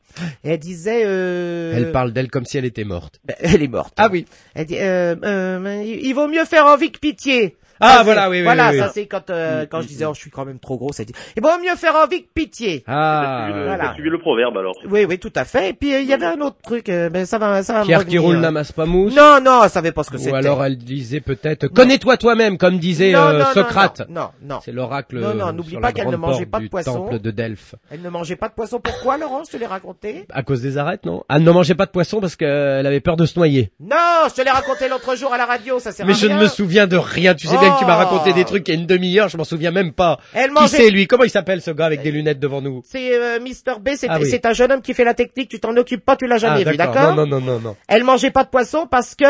S4: Et elle disait. Euh...
S5: Elle parle d'elle comme si elle était morte.
S4: Bah, Elle est morte.
S5: Ah oui.
S4: Elle dit, euh, euh, il il vaut mieux faire envie que pitié.
S5: Ah,
S4: Ça,
S5: voilà,
S4: c'est-
S5: oui, oui,
S4: Voilà,
S5: oui, Mm,
S4: ça
S5: oui.
S4: c'est quand euh, quand je disais, oh, je suis quand même trop grosse. Elle dit, il vaut mieux faire envie que pitié.
S5: Ah.
S6: T'as suivi, le-
S4: voilà.
S6: t'as suivi le proverbe alors.
S4: Oui, oui, tout à fait. Et puis euh, il y avait un autre truc, euh, mais ça va, ça va. me
S5: Pierre qui
S4: revenir.
S5: roule n'amasse pas mousse.
S4: hein. Non, non, elle savait pas ce que c'était.
S5: Ou alors elle disait peut-être connais-toi toi-même comme disait
S4: Non,
S5: euh,
S4: non, non,
S5: Socrate.
S4: Non, non, non.
S5: C'est l'oracle.
S4: Non, non,
S5: euh,
S4: n'oublie
S5: sur
S4: pas
S5: la
S4: qu'elle ne
S5: grande
S4: mangeait
S5: porte
S4: pas de
S5: du
S4: poisson.
S5: temple de Delphes.
S4: Elle ne mangeait pas de poisson. Pourquoi, Laurent Je te l'ai raconté.
S5: À cause des arêtes, non Elle ne mangeait pas de poisson parce qu'elle avait peur de se noyer.
S4: Non, je te l'ai raconté l'autre jour à la radio. Ça sert
S5: Mais
S4: à
S5: je
S4: rien.
S5: ne me souviens de rien. Tu sais bien que tu m'as
S4: Oh.
S5: raconté des trucs il y a une demi-heure, je m'en souviens même pas.
S4: Elle
S5: Qui c'est
S4: mangeait.
S5: lui Comment il s'appelle ce gars avec des lunettes devant nous
S4: C'est euh, Mr B. C'est
S5: Ah oui.
S4: c'est un jeune homme qui fait la technique. Tu t'en occupes pas. Tu l'as jamais
S5: Ah,
S4: vu, d'accord
S5: Non, non, non, non, non.
S4: Elle mangeait pas de poisson parce que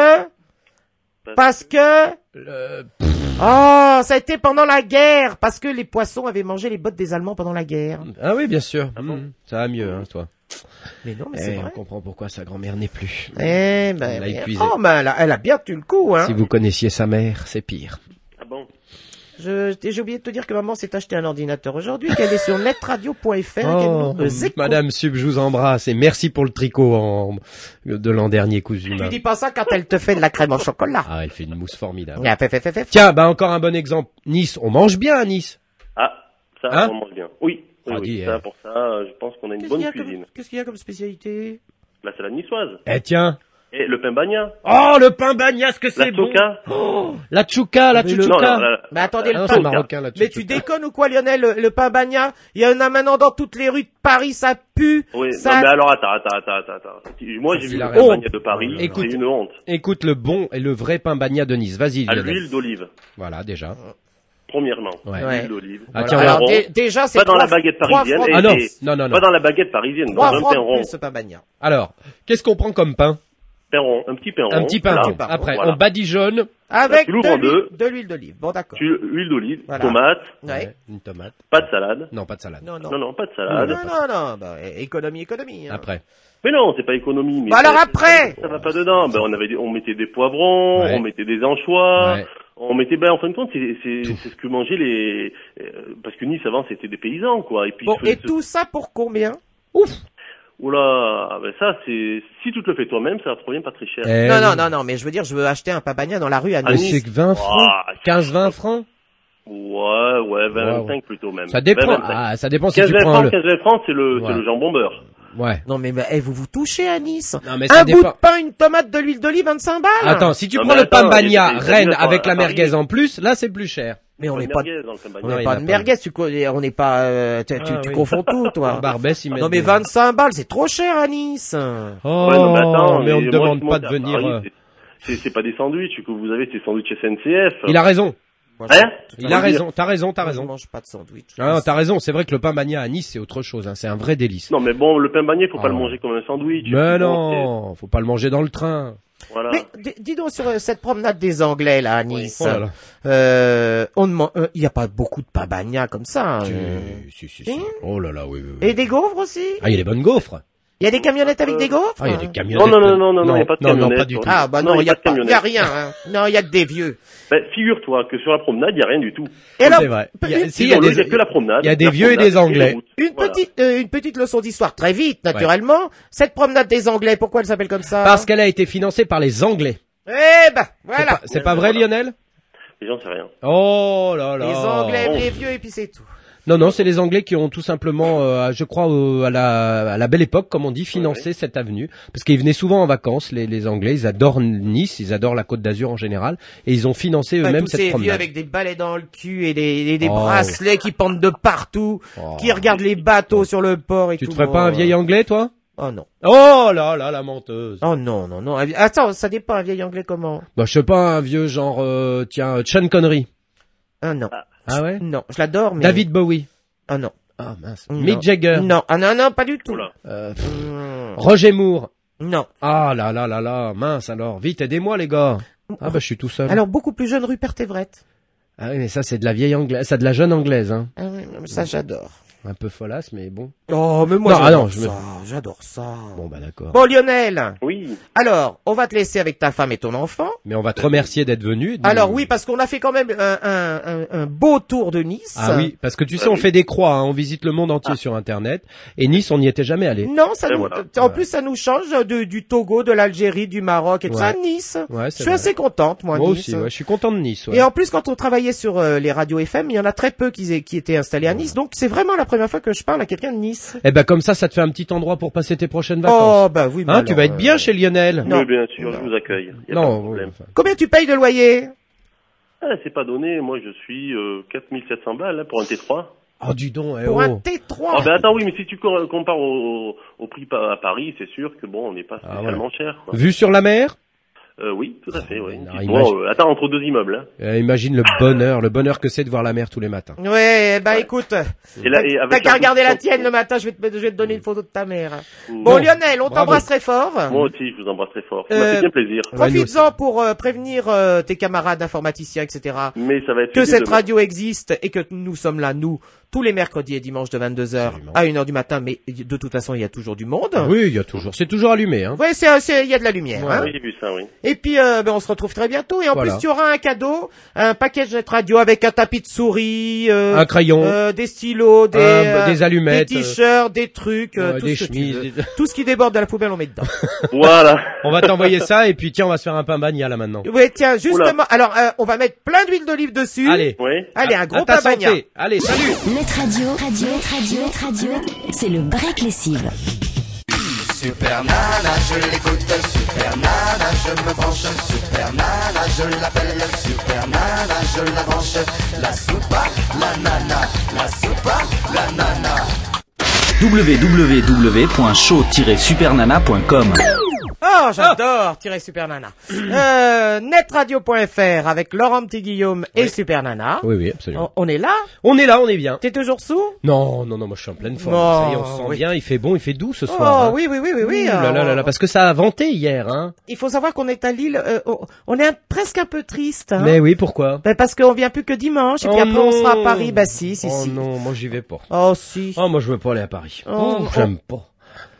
S4: parce que
S5: Euh,
S4: oh ça a été pendant la guerre parce que les poissons avaient mangé les bottes des Allemands pendant la guerre.
S5: ah oui, bien sûr.
S6: Ah bon
S5: Mm, Ça va mieux, hein, toi.
S4: Mais non mais
S5: Eh,
S4: c'est
S5: on
S4: vrai.
S5: comprend pourquoi sa grand-mère n'est plus.
S4: Eh ben,
S5: Elle l'a
S4: mais-
S5: épuisé.
S4: oh ben elle a, elle a bien tu le coup hein.
S5: Si vous connaissiez sa mère, c'est pire.
S6: Ah bon
S4: Je t'ai- j'ai oublié de te dire que maman s'est acheté un ordinateur aujourd'hui qu'elle est sur netradio.fr et qu'elle
S5: Oh,
S4: nous, euh, écoute.
S5: Madame Sub, je vous embrasse et merci pour le tricot en, de l'an dernier cousu.
S4: Tu dis pas ça quand elle te fait de la crème au chocolat.
S5: Ah, elle fait une mousse formidable.
S4: Ah, fait, fait, fait, fait.
S5: Tiens, bah encore un bon exemple. Nice, on mange bien à Nice.
S6: Ah, ça,
S5: Hein
S6: on mange bien. Oui, oui,
S5: Ah,
S6: oui.
S5: dis,
S6: ça,
S5: euh.
S6: pour ça, euh, je pense qu'on a une
S4: Qu'est-ce qu'il
S6: bonne
S4: y a
S6: cuisine.
S4: comme- qu'est-ce qu'il y a comme spécialité
S6: La salade niçoise.
S5: Eh tiens.
S6: Et le pain bagna.
S5: Oh, le pain bagna, ce que
S6: La
S5: c'est bon.
S6: toca.
S5: La chouka, la
S4: Mais Ah, le-
S5: chouka.
S6: Non, la- la-
S4: Mais Bah, attendez,
S5: Ah
S4: le
S5: non,
S4: pain
S5: c'est
S6: toka.
S5: marocain, la
S4: Mais
S5: chouka.
S4: tu déconnes ou quoi, Lionel Le, le pain bagna, il y en a maintenant dans toutes les rues de Paris, ça pue.
S6: Oui,
S4: ça...
S6: non, mais alors attends, attends, attends, attends, attends. Moi, j'ai
S5: c'est
S6: vu
S5: la
S6: le pain
S5: honte.
S6: bagna de Paris.
S5: Écoute.
S6: C'est une honte.
S5: Écoute le bon et le vrai pain bagna de Nice. Vas-y,
S6: À
S5: Lionel.
S6: l'huile d'olive,
S5: Voilà, déjà.
S6: premièrement.
S5: Ouais.
S4: Ouais.
S6: L'huile d'olive.
S5: Ah,
S6: Voilà.
S5: tiens,
S6: Alors,
S4: Alors,
S6: on-
S4: dé- déjà, c'est
S6: pas dans
S4: trois-
S6: la baguette
S4: trois
S6: parisienne.
S4: francs-
S6: et-
S5: Ah non,
S6: et-
S5: non, non, non.
S6: Pas dans la baguette parisienne, dans
S4: Trois
S6: un
S4: francs
S6: pain
S4: de
S6: rond.
S4: plus, ce pain bagna.
S5: Alors, qu'est-ce qu'on prend comme pain
S6: Pain rond, un petit pain rond.
S5: Un petit pain.
S6: Voilà.
S5: rond. Après,
S6: Voilà.
S5: on badigeonne.
S4: Avec
S6: tu l'ouvres en
S4: de l'huile-
S6: deux.
S4: de l'huile d'olive. Bon, d'accord.
S6: Tu- Huile d'olive,
S4: Voilà.
S6: tomate,
S4: Ouais.
S5: Une tomate.
S6: pas de salade.
S5: Non, pas de salade.
S4: Non, non.
S6: Non, non, pas de
S4: Non,
S6: salade.
S4: non, non, non, bah, é- économie, économie. hein.
S5: Après.
S6: Mais non, c'est pas économie. Mais
S4: Bah alors
S6: ça-
S4: après
S6: ça va pas dedans. Ben on avait, des- on mettait des poivrons,
S5: Ouais.
S6: on mettait des anchois,
S5: Ouais.
S6: on mettait. Ben en fin de compte, c'est c'est c'est ce que mangeaient les. euh, Parce que Nice avant c'était des paysans quoi. Et puis.
S4: Bon,
S6: ils
S4: et
S6: faisaient-
S4: tout ça pour combien
S6: Oula, ben ça c'est si tu te le fais toi-même, ça revient pas très cher.
S5: Eh
S4: Non,
S5: oui.
S4: non, non, non, mais je veux dire, je veux acheter un pain bagna dans la rue à
S6: Ah,
S5: Mais
S4: Nice.
S6: oui.
S5: c'est que 20 francs.
S6: Ah,
S5: 15-20 francs
S6: Ouais, ouais, 20,
S5: Ouais,
S6: 25 plutôt même.
S5: Ça dépend.
S6: 20, 25.
S5: Ah, ça dépend si
S6: 15
S5: tu
S6: 20
S5: prends le...
S6: francs, 15 20 francs, c'est le, c'est
S5: Ouais.
S6: le jambon beurre.
S5: Ouais.
S4: Non, mais bah, eh, vous vous touchez à Nice
S5: Non, mais ça
S4: Un bout
S5: dépend.
S4: de pain, une tomate, de l'huile d'olive, 25 balles
S5: Attends, si tu
S6: Non,
S5: prends
S6: mais
S5: le pain
S6: attends, il y
S5: bagna
S6: a des-
S5: Rennes
S6: des-
S5: avec la
S6: à Paris.
S5: merguez en plus, là c'est plus cher.
S4: Mais on
S6: Pas
S4: n'est
S6: de
S4: pas...
S6: merguez dans le campagnard.
S4: On
S5: Non,
S4: n'est
S5: il
S4: pas
S5: n'a
S4: de
S5: pas.
S4: merguez, tu, connais- on n'est pas... euh, tu tu-
S5: Ah,
S4: tu
S5: oui.
S4: confonds tout, toi.
S5: Barbès, il met
S4: Ah, Non mais
S5: des-
S4: 25 balles, c'est trop cher à Nice.
S5: Oh,
S6: Ouais, non, mais attends,
S5: mais on ne
S6: moi,
S5: demande
S6: je
S5: pas
S6: monte
S5: de
S6: à
S5: venir.
S6: Paris,
S5: euh,
S6: c'est- C'est c'est pas des sandwichs que vous avez, c'est des sandwichs SNCF.
S5: Il a raison.
S4: Moi,
S6: Hein
S4: je-
S5: Il a
S6: Oui.
S5: raison. T'as raison. T'as
S4: Je
S5: raison.
S4: mange pas de sandwich.
S5: Ah, non, t'as raison. C'est vrai que le pain bagna à Nice c'est autre chose. Hein. C'est un vrai délice.
S6: Non, mais bon, le pain bagné, faut
S5: Ah.
S6: pas le manger comme un sandwich.
S5: Mais
S6: Bon,
S5: non, faut pas le manger dans le train.
S6: c'est- Voilà.
S4: Mais d- dis donc sur euh, cette promenade des Anglais là à Nice,
S5: Oh là là.
S4: euh, on demande, euh, il y a pas beaucoup de pain bagna comme ça. hein.
S5: Tu- si, si, si.
S4: Hein
S5: Oh là là, oui, oui. oui.
S4: Et des gaufres aussi.
S5: Ah, il y a les bonnes gaufres.
S4: Il y a des camionnettes avec des gaufres.
S5: Ah, il y a des
S4: hein.
S5: camionnettes.
S6: non, non, non, non, il y a pas de
S5: Non,
S6: camionnettes,
S5: pas du tout.
S6: toi.
S4: Ah bah
S6: Non,
S4: non, il y a
S6: de
S4: pas, il y a
S6: camionnettes.
S4: rien. hein. Non, il y a que des vieux.
S6: Ben, figure-toi que sur la promenade, il y a rien du tout.
S4: Et alors,
S5: C'est vrai. Il y a-
S4: une,
S5: si, il y a
S6: Sur le-
S5: des-
S6: que la promenade.
S5: il y a des
S6: la
S5: vieux et
S6: promenade
S5: des Anglais.
S6: les routes.
S4: une
S6: Voilà.
S4: petite, euh, une petite leçon d'histoire très vite, naturellement. Cette promenade des Anglais, pourquoi elle s'appelle comme ça
S5: Parce qu'elle a été financée par les Anglais.
S4: Eh web.
S5: C'est
S4: Voilà.
S5: pas, c'est pas vrai,
S6: Voilà.
S5: Lionel
S6: Les gens, c'est rien.
S5: Oh là là.
S4: Les Anglais,
S6: Oh.
S4: les vieux, et puis c'est tout.
S5: Non, non, c'est les Anglais qui ont tout simplement, euh, je crois, euh, à, la, à la belle époque, comme on dit, financé cette avenue. Parce qu'ils venaient souvent en vacances, les, les Anglais. Ils adorent Nice, ils adorent la Côte d'Azur en général. Et ils ont financé
S4: Pas
S5: eux-mêmes
S4: tous ces
S5: cette
S4: vieux
S5: promenade.
S4: avec des balais dans le cul et des, et des
S5: Oh.
S4: bracelets qui pendent de partout,
S5: Oh.
S4: qui regardent les bateaux sur le port et
S5: Tu
S4: tout.
S5: te ferais
S4: Bon,
S5: pas un
S4: euh,
S5: vieil Anglais, toi
S4: Oh non.
S5: Oh là là, la menteuse.
S4: Oh non, non, non. Attends, ça dépend un vieil anglais comment.
S5: Bah, je sais pas, un vieux genre, euh, tiens, Sean Connery.
S4: Ah non.
S5: Ah ouais
S4: Non, je l'adore, mais...
S5: David Bowie.
S4: Ah non.
S5: Ah mince.
S4: Non.
S5: Mick Jagger.
S4: Non, ah non, non, pas du tout.
S6: Oula.
S5: Euh,
S4: Mm,
S5: Roger Moore.
S4: Non.
S5: Ah là là là là, mince alors, vite aidez-moi les gars. Ah bah je suis tout seul.
S4: Alors, beaucoup plus jeune, Rupert Everett.
S5: Ah oui mais ça c'est de la vieille anglaise, ça de la jeune anglaise hein,
S4: Ah oui, non, mais ça, j'adore.
S5: un peu folasse mais bon.
S4: Oh, mais moi,
S5: Non, ah
S4: j'adore
S5: non, je me-
S4: ça. J'adore ça.
S5: Bon bah d'accord.
S4: Bon, Lionel,
S6: Oui.
S4: alors, on va te laisser avec ta femme et ton enfant.
S5: Mais on va te remercier d'être venu. et de nous-
S4: Alors oui, parce qu'on a fait quand même un, un- un- un beau tour de Nice.
S5: Ah oui, parce que tu sais on fait des croix, hein, on visite le monde
S4: Ah.
S5: entier sur internet et Nice on n'y était jamais allé.
S4: Non, ça
S6: Et
S4: nous,
S6: voilà.
S4: en plus ça nous change de, du Togo, de l'Algérie, du Maroc et tout
S5: Ouais.
S4: ça. Nice.
S5: Ouais,
S4: je
S5: c'est
S4: suis
S5: vrai.
S4: assez contente, moi.
S5: Moi
S4: Nice.
S5: aussi, ouais, je suis content de Nice. ouais.
S4: Et en plus, quand on travaillait sur euh, les radios FM, il y en a très peu qui, qui étaient installés à Nice. Donc c'est vraiment la première fois que je parle à quelqu'un de Nice.
S5: Eh ben comme ça ça te fait un petit endroit pour passer tes prochaines vacances.
S4: Oh bah oui. bah
S5: hein, tu
S4: alors,
S5: vas être
S4: euh,
S5: bien chez Lionel.
S4: Non.
S6: Oui, bien sûr,
S4: Non.
S6: je vous accueille. Y a pas de
S5: Non,
S6: problème.
S5: oui, enfin.
S4: Combien tu payes de loyer
S6: Ah, c'est pas donné. Moi, je suis euh, 4700 balles hein, pour un T3.
S5: Oh dis donc, eh,
S4: pour
S5: oh.
S4: un
S6: Ah,
S4: T3
S6: ben attends, oui, mais si tu co- compares au, au prix pa- à Paris, c'est sûr que bon, on n'est pas
S5: Ah,
S6: spécialement cher. Quoi.
S5: Vue sur la mer
S6: Euh, oui, tout à fait. oui.
S5: non,
S6: Bon,
S5: imagine-
S6: euh, attends, entre deux immeubles. Hein.
S5: Euh, Imagine le bonheur, le bonheur que c'est de voir la mer tous les matins.
S4: Ouais, bah écoute,
S6: ben.
S5: Mmh.
S6: Et là, et
S4: t'as
S6: avec
S4: qu'à
S6: un
S4: regarder la
S6: bouchon-
S4: tienne le matin, je vais te, je vais te donner une photo de ta mère.
S6: Ou-
S4: Bon,
S5: Bon,
S4: Lionel, on
S5: bravo.
S4: t'embrasse très fort.
S6: Moi aussi, je vous embrasse très fort. Ça m'a
S4: Euh,
S6: fait bien plaisir.
S5: Ouais, nous
S4: Profites-en pour euh, prévenir euh, tes camarades informaticiens, etc.
S6: Mais ça va être
S4: Que
S6: fini
S4: cette
S6: demain.
S4: radio existe et que nous sommes là, nous, tous les mercredis et dimanches de 22h
S5: Absolument. Ah
S4: à 1h du matin, mais de toute façon, il y a toujours du monde.
S5: Oui, il y a toujours, c'est toujours allumé. Hein.
S4: Ouais, c'est, euh, c'est- il y a de la lumière.
S5: Ouais.
S4: hein.
S6: Ah Oui, j'ai vu ça, oui.
S4: Et puis, euh, ben, on se retrouve très bientôt. Et en
S5: Voilà.
S4: plus, tu auras un cadeau, un package de radio avec un tapis de souris, euh,
S5: Un crayon,
S4: euh, des stylos, des,
S5: un-
S4: euh,
S5: des allumettes,
S4: des t-shirts, des trucs, euh,
S5: euh,
S4: tout
S5: des
S4: ce que tu
S5: chemises.
S4: veux.
S5: des-
S4: Tout ce qui déborde de la poubelle, on met dedans.
S6: Voilà.
S5: On va t'envoyer ça et puis tiens, on va se faire un pain bagnat là maintenant.
S4: ouais, tiens, justement. Alors, euh, on va mettre plein d'huile d'olive dessus.
S5: Allez,
S6: Oui.
S4: Allez,
S5: à-
S4: un
S5: à
S4: gros
S5: ta
S4: pain bagnat.
S5: santé. Allez, salut.
S7: Net Radio, Radio, Radio, Radio, c'est le break lessive.
S8: Super Nana, je l'écoute, Super Nana, je me branche, Super Nana, je l'appelle, Super Nana, je la branche, la soupa, la nana, la soupa, la nana.
S9: www.show-supernana.com
S5: Ah.
S4: Oh, j'adore tirer Super Nana. euh, netradio.fr avec Laurent Petit Guillaume et Super Nana.
S5: Oui, oui, absolument.
S4: On, on est là
S5: Oh. On est là, on est bien.
S4: T'es toujours sous
S5: Non, non, non, moi je suis en pleine forme.
S4: Non,
S5: Ça y est, on se sent
S4: Oh, oui.
S5: bien, il fait bon, il fait doux ce
S4: Oh
S5: soir. hein.
S4: oui, oui, oui, oui, oui.
S5: Ouh là là là là, parce que ça a venté hier, hein.
S4: Il faut savoir qu'on est à Lille, euh, on- on est un- presque un peu triste. hein.
S5: Mais oui, pourquoi
S4: Ben, parce qu'on vient plus que dimanche et puis
S5: Oh
S4: après on sera à
S5: non.
S4: Paris. Bah si, si,
S5: Oh
S4: si.
S5: non, moi j'y vais pas.
S4: Oh si.
S5: Oh, moi je veux pas aller à Paris.
S4: Oh,
S5: Oh,
S4: on-
S5: J'aime pas.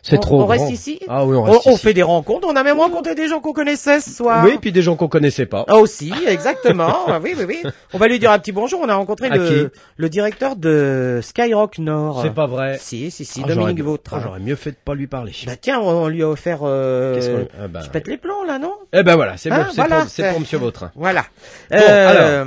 S5: C'est
S4: on-
S5: trop
S4: on reste
S5: grand.
S4: ici
S5: Ah oui, on
S4: on,
S5: reste
S4: on
S5: ici.
S4: fait des rencontres. On a même rencontré des gens qu'on connaissait ce soir.
S5: Oui, puis des gens qu'on connaissait pas.
S4: Ah aussi, exactement. Ah oui, oui, oui. On va lui dire un petit bonjour. On a rencontré
S5: À
S4: le, le directeur de Skyrock Nord.
S5: C'est pas vrai.
S4: Si, si, si,
S5: Ah,
S4: Oh. Dominique
S5: j'aurais- ah,
S4: Vautrin.
S5: J'aurais mieux fait de pas lui parler.
S4: bah tiens, on on lui a offert... Euh,
S5: Qu'est-ce qu'on- ah, bah,
S4: Tu pètes les plombs, là, non
S5: Eh ben voilà, c'est
S4: Hein,
S5: bon, c'est
S4: voilà,
S5: pour, c'est pour
S4: c'est-
S5: Monsieur Vautrin.
S4: Voilà. Euh,
S5: alors.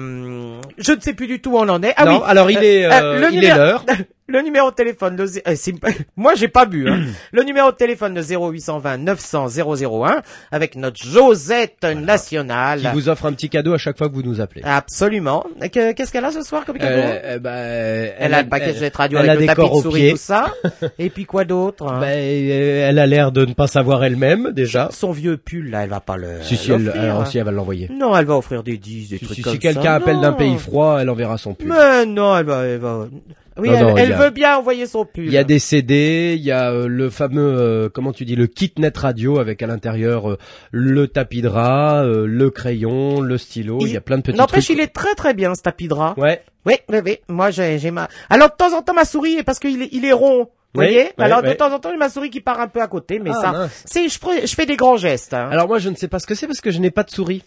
S4: Je ne sais plus du tout où on en est. Ah
S5: non,
S4: oui.
S5: alors il est,
S4: euh,
S5: euh,
S4: le
S5: il est
S4: numéro-
S5: l'heure.
S4: Le numéro de téléphone, le zé- euh, c'est- moi j'ai pas bu. Hein. le numéro de téléphone de 0820 900 001 avec notre Josette nationale.
S5: Qui vous offre un petit cadeau à chaque fois que vous nous appelez.
S4: Absolument. Et que- Qu'est-ce qu'elle a ce soir comme cadeau
S5: Euh, eh ben, elle,
S4: Elle a le package
S5: elle-
S4: de radio
S5: elle a
S4: avec
S5: des
S4: le tapis
S5: corps
S4: de
S5: aux
S4: souris
S5: pieds.
S4: tout ça. Et puis quoi d'autre hein
S5: Ben, euh, elle a l'air de ne pas savoir elle-même déjà.
S4: Son vieux pull là, elle va pas le.
S5: Si si, elle,
S4: l'offrir,
S5: alors,
S4: hein.
S5: si, elle va l'envoyer.
S4: Non, elle va offrir des 10, des
S5: Si,
S4: trucs
S5: si,
S4: comme
S5: si
S4: ça.
S5: quelqu'un appelle d'un
S4: Non.
S5: pays froid, elle enverra son pull.
S4: Mais non, elle va, elle va. Oui,
S5: Non,
S4: elle,
S5: non, il
S4: elle
S5: y a-
S4: veut bien envoyer son pull.
S5: Il y a des CD, il y a euh, le fameux, euh, comment tu dis, le kit net radio avec à l'intérieur euh, le tapis de rat, euh, le crayon, le stylo. Il y a plein de petits
S4: N'empêche,
S5: trucs.
S4: il est très très bien ce tapis de rat.
S5: Ouais.
S4: Oui, oui, oui. Moi, j'ai, j'ai ma. Alors de temps en temps, ma souris est parce qu'il est, il est rond. Vous
S5: Oui,
S4: voyez
S5: oui,
S4: Alors de
S5: oui.
S4: temps en temps, j'ai ma souris qui part un peu à côté, mais
S5: Ah,
S4: ça,
S5: mince.
S4: c'est je, fais- je fais des grands gestes. hein.
S5: Alors moi je ne sais pas ce que c'est parce que je n'ai pas de souris.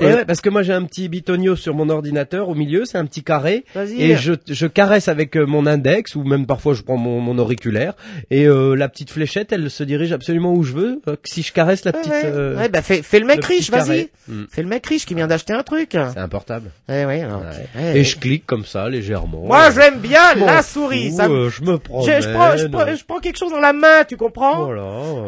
S5: Eh ouais, parce que moi j'ai un petit bitonio sur mon ordinateur au milieu, c'est un petit carré,
S4: bah, Vas-y.
S5: et je, je caresse avec euh, mon index ou même parfois je prends mon, mon auriculaire et euh, la petite fléchette, elle se dirige absolument où je veux. euh, que si je caresse la
S4: Ouais,
S5: petite,
S4: ouais.
S5: euh,
S4: Ouais, bah fais, fais le mec
S5: le petit
S4: riche, vas-y.
S5: carré. Mm.
S4: Fais le mec riche qui vient d'acheter un truc.
S5: c'est un portable.
S4: Eh ouais, alors,
S5: Ouais.
S4: ok. Eh,
S5: Et je Oh, clique comme ça légèrement.
S4: Moi, j'aime bien
S5: Je m'en
S4: la souris.
S5: fous,
S4: Ça... me-
S5: euh, je me
S4: Je,
S5: prends.
S4: je prends, je, prends, je prends quelque chose dans la main, tu comprends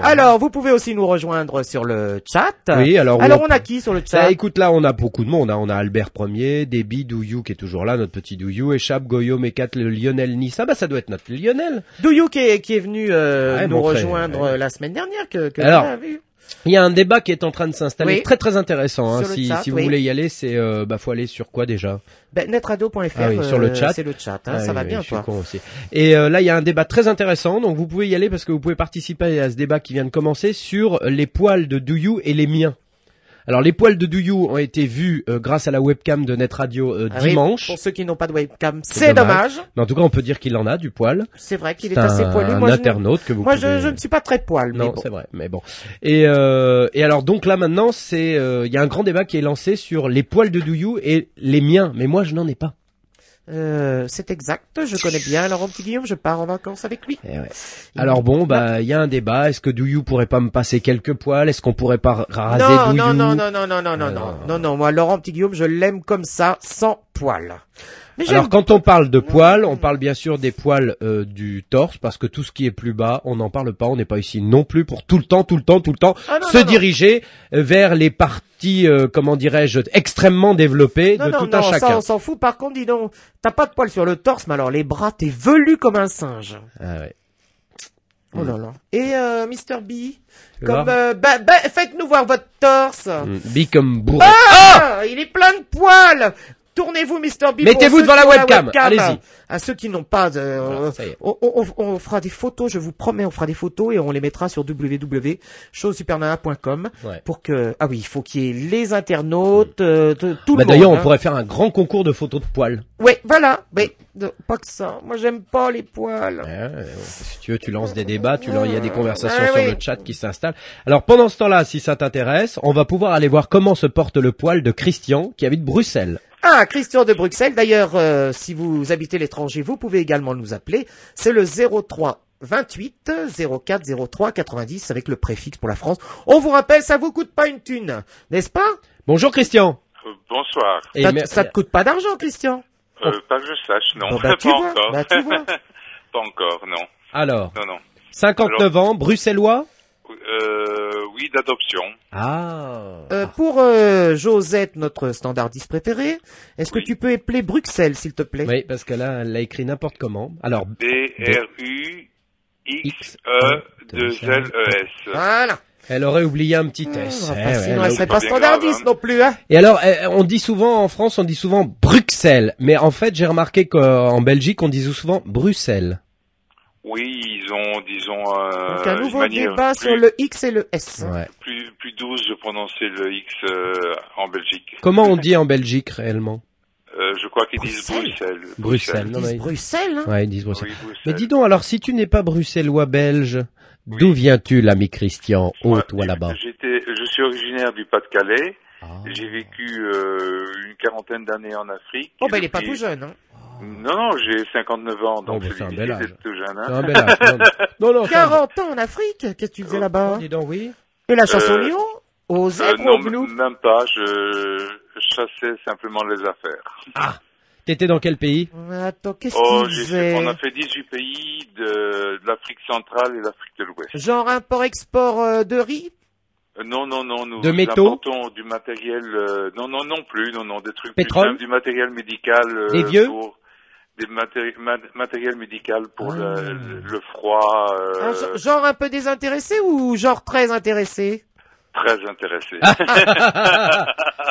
S4: Alors, vous pouvez aussi nous rejoindre sur le chat.
S5: Oui, alors,
S4: Alors,
S5: on- Eh,
S4: on a qui sur le
S5: Ça,
S4: chat
S5: écoute, là, on a beaucoup de monde. hein. On a Albert Ier, Déby, Douyou qui est toujours là, notre petit Douyou, Échappe, Goyot, Mécat, le Lionel Nice. Ah bah, ça doit être notre Lionel.
S4: Douyou qui est, qui est venu euh,
S5: Ouais,
S4: nous
S5: montrer,
S4: rejoindre
S5: ouais.
S4: euh, la semaine dernière que, que
S5: Alors,
S4: j'avais vu.
S5: Il y a un débat qui est en train de s'installer,
S4: Oui.
S5: très très intéressant. hein.
S4: Sur le
S5: Si,
S4: chat,
S5: si vous
S4: oui.
S5: voulez y aller, c'est euh, bah faut aller sur quoi déjà
S4: Ben, netradio.fr
S5: Ah oui, sur le
S4: euh,
S5: chat.
S4: c'est le chat, hein,
S5: Ah
S4: ça
S5: oui,
S4: va
S5: oui,
S4: bien
S5: je suis
S4: toi.
S5: con aussi. Et euh, là, il y a un débat très intéressant, donc vous pouvez y aller parce que vous pouvez participer à ce débat qui vient de commencer sur les poils de Douyou et les miens. Alors les poils de Douyou ont été vus euh, grâce à la webcam de Net Radio euh,
S4: Ah oui,
S5: dimanche.
S4: pour ceux qui n'ont pas de webcam,
S5: C'est
S4: c'est dommage.
S5: dommage. Mais en tout cas, on peut dire qu'il en a du poil.
S4: C'est vrai qu'il est,
S5: C'est
S4: assez
S5: un,
S4: poilu.
S5: un
S4: Moi, je, ne-
S5: internaute que vous
S4: moi
S5: pouvez...
S4: je, je ne suis pas très poil, mais
S5: Non,
S4: bon.
S5: c'est vrai, mais bon. Et, euh, et alors donc là maintenant, c'est euh, il y a un grand débat qui est lancé sur les poils de Douyou et les miens, mais moi je n'en ai pas.
S4: Euh, c'est exact, je connais bien Laurent Petit Guillaume, je pars en vacances avec lui.
S5: Eh ouais. Alors bon, bah il y a un débat. Est-ce que Douyou pourrait pas me passer quelques poils Est-ce qu'on pourrait pas raser
S4: Non, non,
S5: Douyou
S4: non, non, non, non, non, non, non,
S5: Alors-
S4: non, non, moi Laurent Petit Guillaume, je l'aime comme ça, sans poil. Mais j'aime
S5: Alors quand on parle de poils, on parle bien sûr des poils euh, du torse parce que tout ce qui est plus bas, on n'en parle pas. On n'est pas ici non plus pour tout le temps, tout le temps, tout le temps
S4: Ah, non,
S5: se
S4: non, non.
S5: diriger euh, vers les parties, euh, comment dirais-je, extrêmement développées
S4: Non,
S5: de
S4: non,
S5: tout
S4: non,
S5: un
S4: ça
S5: chacun.
S4: on s'en fout. Par contre, dis donc, t'as pas de poils sur le torse, mais alors les bras, t'es velu comme un singe.
S5: Ah ouais.
S4: Oh là là. Et euh, Mr. B,
S5: Tu
S4: comme...
S5: vois
S4: euh, bah, bah, faites-nous voir votre torse.
S5: Mm. Bi comme bourré.
S4: Hein. Ah Il est plein de poils Tournez-vous, Mr. B.
S5: Mettez-vous
S4: pour ceux
S5: devant
S4: qui
S5: la
S4: ont
S5: webcam. Allez-y. Ah,
S4: À ceux qui n'ont pas de... euh,
S5: ça y est.
S4: on, on- on- on fera des photos, je vous promets, on fera des photos et on les mettra sur www.showsupernana.com
S5: Ouais.
S4: pour que... Ah oui, il faut qu'il y ait les internautes, euh, de- tout
S5: Bah,
S4: le monde.
S5: D'ailleurs,
S4: hein.
S5: on pourrait faire un grand concours de photos de poils.
S4: Ouais, voilà. Mais euh, pas que ça. Moi, j'aime pas les poils.
S5: Ouais, Eh, ouais, ouais. si tu veux, tu lances des débats, tu lan- il y a des conversations
S4: Ah Ouais,
S5: sur
S4: ouais.
S5: le chat qui s'installent. Alors pendant ce temps-là, si ça t'intéresse, on va pouvoir aller voir comment se porte le poil de Christian qui habite Bruxelles.
S4: Ah, Christian de Bruxelles. D'ailleurs, euh, si vous habitez l'étranger, vous pouvez également nous appeler. C'est le 03 28 04 03 90 avec le préfixe pour la France. On vous rappelle, ça vous coûte pas une thune, n'est-ce pas
S5: Bonjour Christian.
S9: Euh, Bonsoir.
S5: Et
S4: ça,
S5: mer-
S4: ça te coûte pas d'argent, Christian
S9: Euh, pas que je sache, non.
S4: Oh. Bon, bah, tu
S9: pas
S4: vois,
S9: encore.
S4: bah, tu vois.
S9: Pas encore, non.
S5: Alors,
S9: Non, non.
S5: 59 ans, bruxellois.
S9: Euh, oui, d'adoption.
S5: Ah.
S4: Euh, Pour euh, Josette, notre standardiste préféré, est-ce que tu peux épeler Bruxelles, s'il te plaît
S5: Oui, parce que là, elle l'a écrit n'importe comment. Alors,
S9: euh. D-R-U-X-E-2-L-E-S.
S4: Voilà.
S5: elle aurait oublié un petit S.
S4: Ah,
S5: Eh
S4: enfin,
S5: ouais,
S4: sinon,
S5: elle
S4: elle serait
S9: pas
S4: pas
S9: bien grave,
S4: standardiste
S9: hein.
S4: non plus, hein
S5: Et alors, euh, on dit souvent en France, on dit souvent Bruxelles, mais en fait, j'ai remarqué qu'en Belgique, on dit souvent Bruxelles.
S9: Oui, ils ont, disons, euh,
S4: Donc un
S9: une
S4: nouveau
S9: manière
S4: débat
S9: plus,
S4: sur le X et le S.
S5: Ouais.
S9: plus, plus douce de prononcer le X euh, en Belgique.
S5: Comment on dit en Belgique réellement
S9: Euh, je crois qu'ils disent
S4: Bruxelles.
S9: Bruxelles.
S5: Bruxelles.
S4: Ils
S5: Non,
S4: disent
S5: mais-
S4: Bruxelles, hein
S5: Ouais, ils disent Bruxelles.
S9: Oui, Bruxelles.
S5: Mais dis donc, alors si tu n'es pas bruxellois belge, d'où viens-tu, l'ami Christian Oh,
S9: Ouais,
S5: toi
S4: bah.
S5: là-bas.
S9: J'étais, je suis originaire du Pas-de-Calais.
S5: Ah.
S9: J'ai vécu euh, une quarantaine d'années en Afrique.
S4: Oh, ben, il est pas
S9: Depuis-
S4: tout jeune, hein.
S9: Non, non, j'ai 59 ans, donc
S5: Oh, bah, c'est
S9: c'est
S5: un
S9: difficile
S5: bel âge.
S9: d'être tout jeune.
S5: C'est
S9: Hein.
S5: un bel âge. Non, non, non, c'est un-
S4: 40 ans en Afrique Qu'est-ce que tu faisais
S5: Oh,
S4: là-bas
S5: dis donc, oui.
S4: Et la chasse au
S9: Euh,
S4: lion Aux
S9: Euh,
S4: zèbres,
S9: non,
S4: aux gnous
S9: même pas. Je chassais simplement les affaires.
S5: T'étais dans quel pays
S4: Mais Attends, qu'est-ce
S9: Oh,
S4: qu'ils
S9: j'ai fait, on
S4: faisaient
S9: a fait 18 pays de, de l'Afrique centrale et l'Afrique de l'Ouest.
S4: Genre import-export euh, de riz
S9: Euh, Non, non, non, nous
S5: De métaux
S9: importons du matériel. euh, non, non, non plus. Non, non, des trucs plus
S5: Pétrole
S9: simples, du matériel médical. euh,
S5: Des vieux
S9: pour, des matéri- mat- matériel médical pour
S5: Ah.
S9: le, le- le froid. euh,
S4: Un ge- Genre un peu désintéressé ou genre très intéressé
S9: Très intéressé.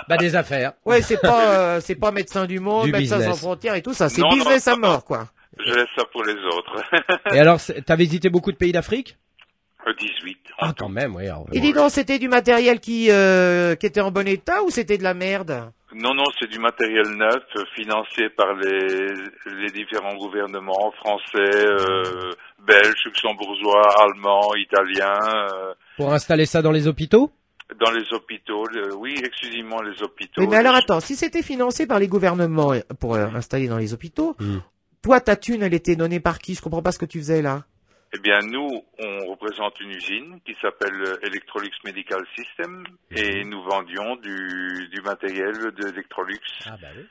S5: Bah des affaires.
S4: Ouais, c'est pas euh, c'est pas médecin du monde,
S5: Du
S4: médecin sans
S5: business.
S4: frontières et tout ça. C'est
S9: Non, non,
S4: business à
S9: non.
S4: mort, quoi.
S9: Je laisse ça pour les autres.
S5: Et alors, c'est- t'as visité beaucoup de pays d'Afrique
S9: 18.
S5: Ah, quand même, oui. alors,
S4: Et dis donc, c'était du matériel qui euh, qui était en bon état ou c'était de la merde
S9: Non, non, c'est du matériel neuf euh, financé par les, les différents gouvernements français, euh, belges, luxembourgeois, allemands, italiens. euh.
S5: Pour installer ça dans les hôpitaux
S9: dans les hôpitaux, le- oui, exclusivement les hôpitaux.
S4: Oui, mais alors
S9: Les-
S4: attends, si c'était financé par les gouvernements euh, pour euh, installer dans les hôpitaux,
S5: Mm.
S4: toi ta thune elle était donnée par qui Je comprends pas ce que tu faisais là.
S9: Eh bien, nous, on représente une usine qui s'appelle euh, Electrolux Medical System et
S4: Mhm.
S9: nous vendions du, du matériel d'Electrolux.
S5: Ah bah oui.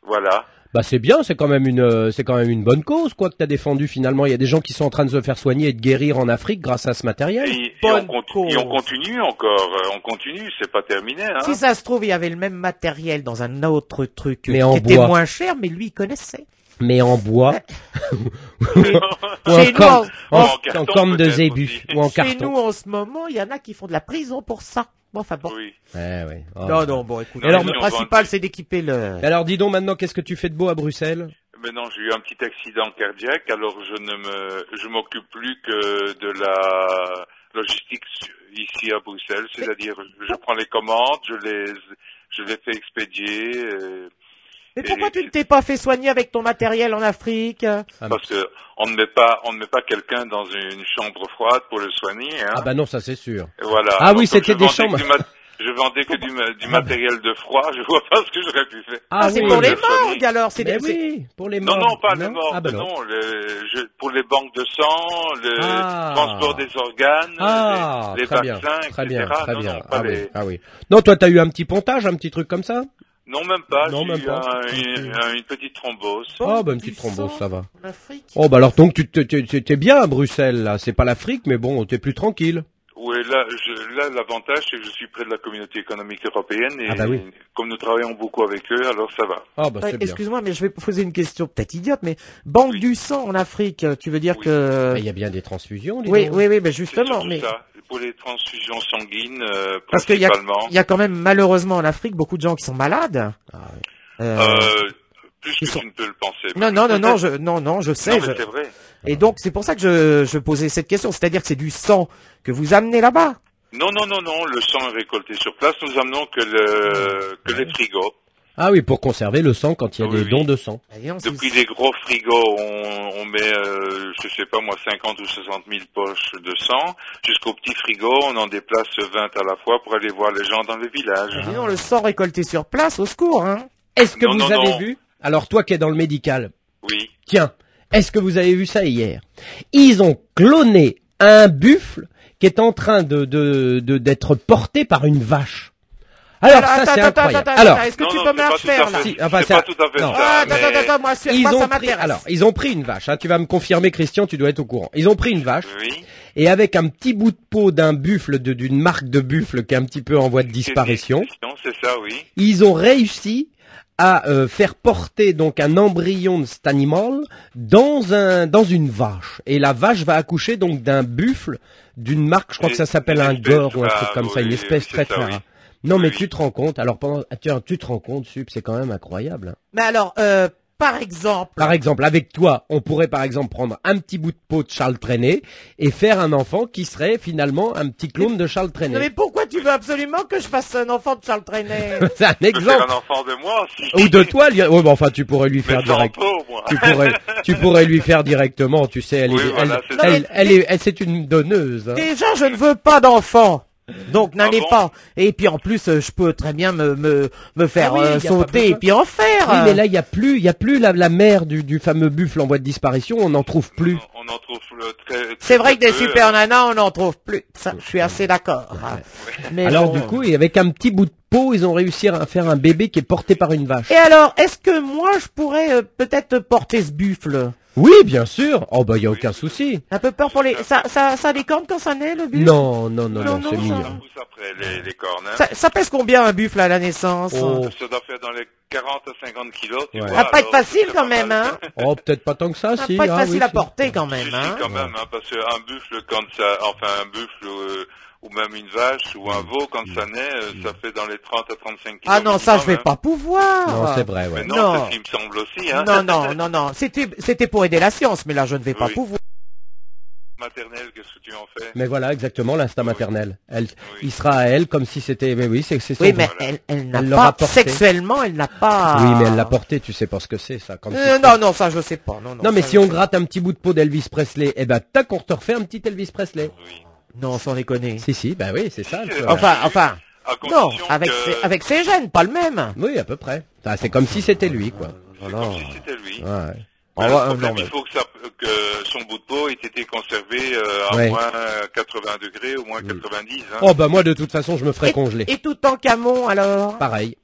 S9: Voilà.
S5: Bah c'est bien, c'est quand même une euh, c'est quand même une bonne cause quoi que t'as défendu finalement. Il y a des gens qui sont en train de se faire soigner et de guérir en Afrique grâce à ce matériel.
S9: Et, et
S4: bonne
S9: on, conti-
S4: cause.
S9: et on continue encore, euh, on continue, c'est pas terminé.
S5: Ah.
S9: Hein.
S4: Si ça se trouve, il y avait le même matériel dans un autre truc euh,
S5: Mais
S4: qui
S5: en
S4: était
S5: bois.
S4: moins cher, mais lui il connaissait.
S5: Mais en bois ou
S4: Chez
S5: en,
S4: nous,
S5: corne-
S4: en-
S5: en-
S9: en carton,
S5: en corne de
S9: peut-être
S5: zébu
S9: aussi.
S5: ou en
S4: Chez
S5: carton.
S4: nous en ce moment, il y en a qui font de la prison pour ça. Bon, enfin bon.
S9: Oui.
S5: Ouais, ouais. Oh.
S4: Non, non, bon, écoute.
S5: Et alors,
S4: le
S9: nous, on
S4: principal,
S9: vend-
S4: c'est d'équiper le.
S5: Alors dis donc maintenant qu'est-ce que tu fais de beau à Bruxelles
S9: Maintenant, j'ai eu un petit accident cardiaque, alors je ne me, je m'occupe plus que de la logistique su- ici à Bruxelles, c'est-à-dire je prends les commandes, je les, je les fais expédier. euh,
S4: Mais pourquoi tu ne t'es pas fait soigner avec ton matériel en Afrique
S5: Ah,
S9: Parce que on ne met pas, on ne met pas quelqu'un dans une chambre froide pour le soigner. Hein.
S5: Ah bah non, ça c'est sûr.
S9: voilà.
S5: Ah oui,
S9: Donc,
S5: c'était
S9: je
S5: des
S9: vendais
S5: chambres.
S9: que du mat- Je vendais que du, ma- du matériel de froid. Je vois pas ce que j'aurais pu faire.
S5: Ah,
S4: c'est
S5: oui.
S4: pour les
S9: le
S4: morts,
S9: soigner.
S4: alors. C'est
S5: Mais
S4: des- c'est-
S5: oui, pour les
S9: Non,
S5: morts.
S9: non, pas les morts.
S5: Ah bah non.
S9: non, le- je- pour les banques de sang, le
S5: Ah.
S9: transport des organes,
S5: Ah,
S9: les, les
S5: très bien,
S9: vaccins,
S5: très
S9: etc.
S5: bien, très
S9: non,
S5: bien.
S9: non, pas
S5: ah, oui,
S9: les-
S5: ah oui. Non, toi, t'as eu un petit pontage, un petit truc comme ça
S9: non, même pas.
S5: Non,
S9: J'ai
S5: même
S9: eu
S5: pas.
S9: un- une, un- une petite thrombose.
S5: Oh, bah une
S4: du
S5: petite thrombose,
S4: sang
S5: ça va.
S4: En Afrique.
S5: Oh, bah alors donc tu t'es- t'es t'es- t'es bien à Bruxelles, là. C'est pas l'Afrique, mais bon, t'es plus tranquille.
S9: Oui, là, je- là, l'avantage, c'est que je suis près de la communauté économique européenne et
S5: Ah bah oui.
S9: comme nous travaillons beaucoup avec eux, alors ça va.
S5: Ah bah
S4: Ouais,
S5: c'est bien.
S4: Euh, Excuse-moi, mais je vais poser une question peut-être idiote, mais banque
S9: Oui.
S4: du sang en Afrique, euh, tu veux dire
S9: Oui.
S4: que
S5: Ah, Il y a bien des transfusions, dis
S4: oui,
S5: donc.
S4: oui, oui, mais
S9: C'est
S4: justement,
S9: surtout
S4: mais
S9: ça. Pour les transfusions sanguines, euh,
S4: Parce qu'il y a-
S9: principalement.
S4: il y a quand même malheureusement en Afrique beaucoup de gens qui sont malades. Euh,
S9: Ah, Euh, plus que
S4: ils sont-
S9: tu ne peux le penser.
S4: Non, non, non, non, je, non, non, je sais.
S9: Non, mais
S4: je-
S9: c'est vrai.
S4: Et donc c'est pour ça que je, je posais cette question, c'est-à-dire que c'est du sang que vous amenez là-bas.
S9: Non, non, non, non, le sang est récolté sur place, nous amenons que, le, que les frigos.
S5: Ah oui, pour conserver le sang quand il y a
S9: Ah oui,
S5: des
S9: oui.
S5: dons de sang.
S4: Ah, dis donc, c'est-
S9: Depuis des gros frigos, on, on met, euh, je sais pas moi, 50 ou 60 000 poches de sang. Jusqu'au petit frigo, on en déplace 20 à la fois pour aller voir les gens dans les villages.
S4: Dis donc, le sang récolté sur place, au secours. Hein.
S5: Est-ce que
S9: Non,
S5: vous
S9: non,
S5: avez
S9: non.
S5: vu Alors toi qui es dans le médical,
S9: Oui.
S5: tiens, est-ce que vous avez vu ça hier Ils ont cloné un buffle qui est en train de de de- d'être porté par une vache. Alors,
S4: Alors,
S5: ça c'est
S4: attends,
S5: incroyable.
S4: attends, attends,
S5: alors
S4: attends, est-ce que
S9: Non,
S4: tu
S9: non,
S4: peux
S9: c'est
S4: me la
S9: pas tout à
S4: refaire
S9: fait-
S4: là
S5: Si, enfin,
S9: c'est
S5: Ah, bah, ça-
S9: pas tout à fait
S5: non.
S9: ça,
S4: Ah, attends,
S9: mais-
S4: attends, attends, moi, c'est-
S5: ils
S4: moi,
S5: ont
S4: ça
S5: pris,
S4: m'intéresse.
S5: alors ils ont pris une vache. hein, tu vas me confirmer, Christian, tu dois être au courant. Ils ont pris une vache
S9: Oui.
S5: et avec un petit bout de peau d'un buffle, de- d'une marque de buffle qui est un petit peu en voie de disparition,
S9: C'est ça, oui.
S5: ils ont réussi à euh, faire porter donc un embryon de cet animal dans un dans une vache et la vache va accoucher donc d'un buffle d'une marque je crois que ça
S9: Une-
S5: s'appelle
S9: une
S5: un
S9: espèce,
S5: gore ou un truc
S9: bah,
S5: comme ça une
S9: oui,
S5: espèce
S9: c'est
S5: très
S9: ça,
S5: très
S9: oui.
S5: rare. non mais
S9: Oui.
S5: tu te rends compte alors pendant ah, tiens, tu te rends compte Sup c'est quand même incroyable hein.
S4: Mais alors, euh, par exemple,
S5: Par exemple, avec toi, on pourrait par exemple prendre un petit bout de peau de Charles Trenet et faire un enfant qui serait finalement un petit clone de Charles
S4: Non, mais
S5: Trenet.
S4: pourquoi tu veux absolument que je fasse un enfant de Charles Trenet
S5: C'est un
S9: Je peux faire
S5: exemple.
S9: un enfant de moi aussi.
S5: Ou de toi, Lionel. Ouais, bah, enfin, tu pourrais lui
S9: Mais
S5: faire
S9: sans
S5: direct.
S9: peau, moi.
S5: Tu pourrais, tu pourrais lui faire directement. Tu sais, elle est,
S9: Oui, voilà,
S5: elle,
S9: c'est ça.
S5: elle, elle est, elle, c'est une donneuse. hein.
S4: Déjà, je ne veux pas d'enfant. Donc n'en
S9: Ah
S4: ai
S9: bon
S4: pas. Et puis en plus, euh, je peux très bien me me, me faire
S5: Ah oui,
S4: euh,
S5: y a pas
S4: sauter
S5: besoin.
S4: et puis en faire.
S5: Oui, mais là, il y a plus, il y a plus la, la mère du, du fameux buffle en voie de disparition. On n'en trouve plus.
S9: On on en trouve euh, très, très
S4: C'est vrai que des
S9: peu, euh,
S4: super nanas, on n'en trouve plus. Ça, je suis assez d'accord. Mais
S5: Alors,
S4: bon.
S5: du coup, et avec un petit bout de peau, ils ont réussi à faire un bébé qui est porté par une vache.
S4: Et alors, est-ce que moi, je pourrais euh, peut-être porter ce buffle
S5: Oui, bien sûr. Oh, bah, il y a aucun souci.
S4: Un peu peur pour les. Ça, ça, ça décorne quand ça naît le buffle
S5: Non, non, non,
S4: Non,
S5: non,
S4: non,
S5: c'est
S4: ça-
S5: mignon.
S9: Ça pousse après les, les cornes. hein.
S4: Ça, ça pèse combien un buffle à la naissance
S5: Oh.
S9: Ça doit faire dans les 40 à 50 kilos. Tu
S5: Ouais.
S9: vois,
S4: Ça va pas être
S9: alors,
S4: facile
S9: c'est
S4: quand
S9: pas
S4: même,
S9: mal.
S4: hein
S5: Oh, peut-être pas tant que ça,
S4: Ça va
S5: si.
S4: pas être
S5: ah
S4: facile
S5: oui,
S4: à
S5: si.
S4: porter quand
S9: Si,
S4: même,
S9: si,
S4: hein
S9: quand même, hein, parce qu'un buffle, quand ça, enfin un buffle euh, ou même une vache ou un veau, quand ça naît, euh, ça fait dans les 30 à 35 kilos.
S4: Ah non, ça, je
S9: minimum,
S4: vais pas pouvoir.
S5: Non, c'est vrai, ouais.
S9: hein. Mais non,
S4: Non.
S9: c'est ce qui me semble aussi. Hein.
S4: Non, non, non, non. C'était, c'était pour aider la science, mais là, je ne vais pas
S9: Oui.
S4: pouvoir.
S9: Maternelle, qu'est-ce que tu en fais
S5: Mais voilà, exactement, l'instinct maternel. Elle,
S9: Oui.
S5: il sera à elle comme si c'était, mais oui, c'est, c'est son
S4: Oui, mais
S5: droit.
S4: elle, elle n'a
S5: Elle
S4: pas,
S5: l'aura porté.
S4: sexuellement, elle n'a pas...
S5: Oui, mais elle l'a porté, tu sais pas ce que c'est, ça. Quand
S4: Euh,
S5: tu-
S4: non, non, ça, je sais pas. Non, non,
S5: Non, mais
S4: ça,
S5: si
S4: je-
S5: on gratte un petit bout de peau d'Elvis Presley, eh ben, tac, on te refait un petit Elvis Presley.
S9: Oui.
S4: Non, sans déconner.
S5: Si, si, bah oui, c'est ça. le poivre.
S4: Enfin, enfin.
S9: À
S4: Non,
S9: condition
S4: avec
S9: que-
S4: ses, avec ses gènes, pas le même.
S5: Oui, à peu près. Enfin, c'est comme si c'était lui, quoi.
S9: C'est comme si c'était lui.
S5: Ouais.
S9: Mais le
S4: Ah ouais,
S9: problème,
S4: non, mais-
S9: il faut que, ça- que son bout de peau ait été conservé euh, à
S5: Ouais.
S9: moins 80 degrés, au moins 90. Hein.
S5: Oh bah moi, de toute façon, je me ferais
S4: Et,
S5: congeler.
S4: et tout en camon, alors
S5: Pareil.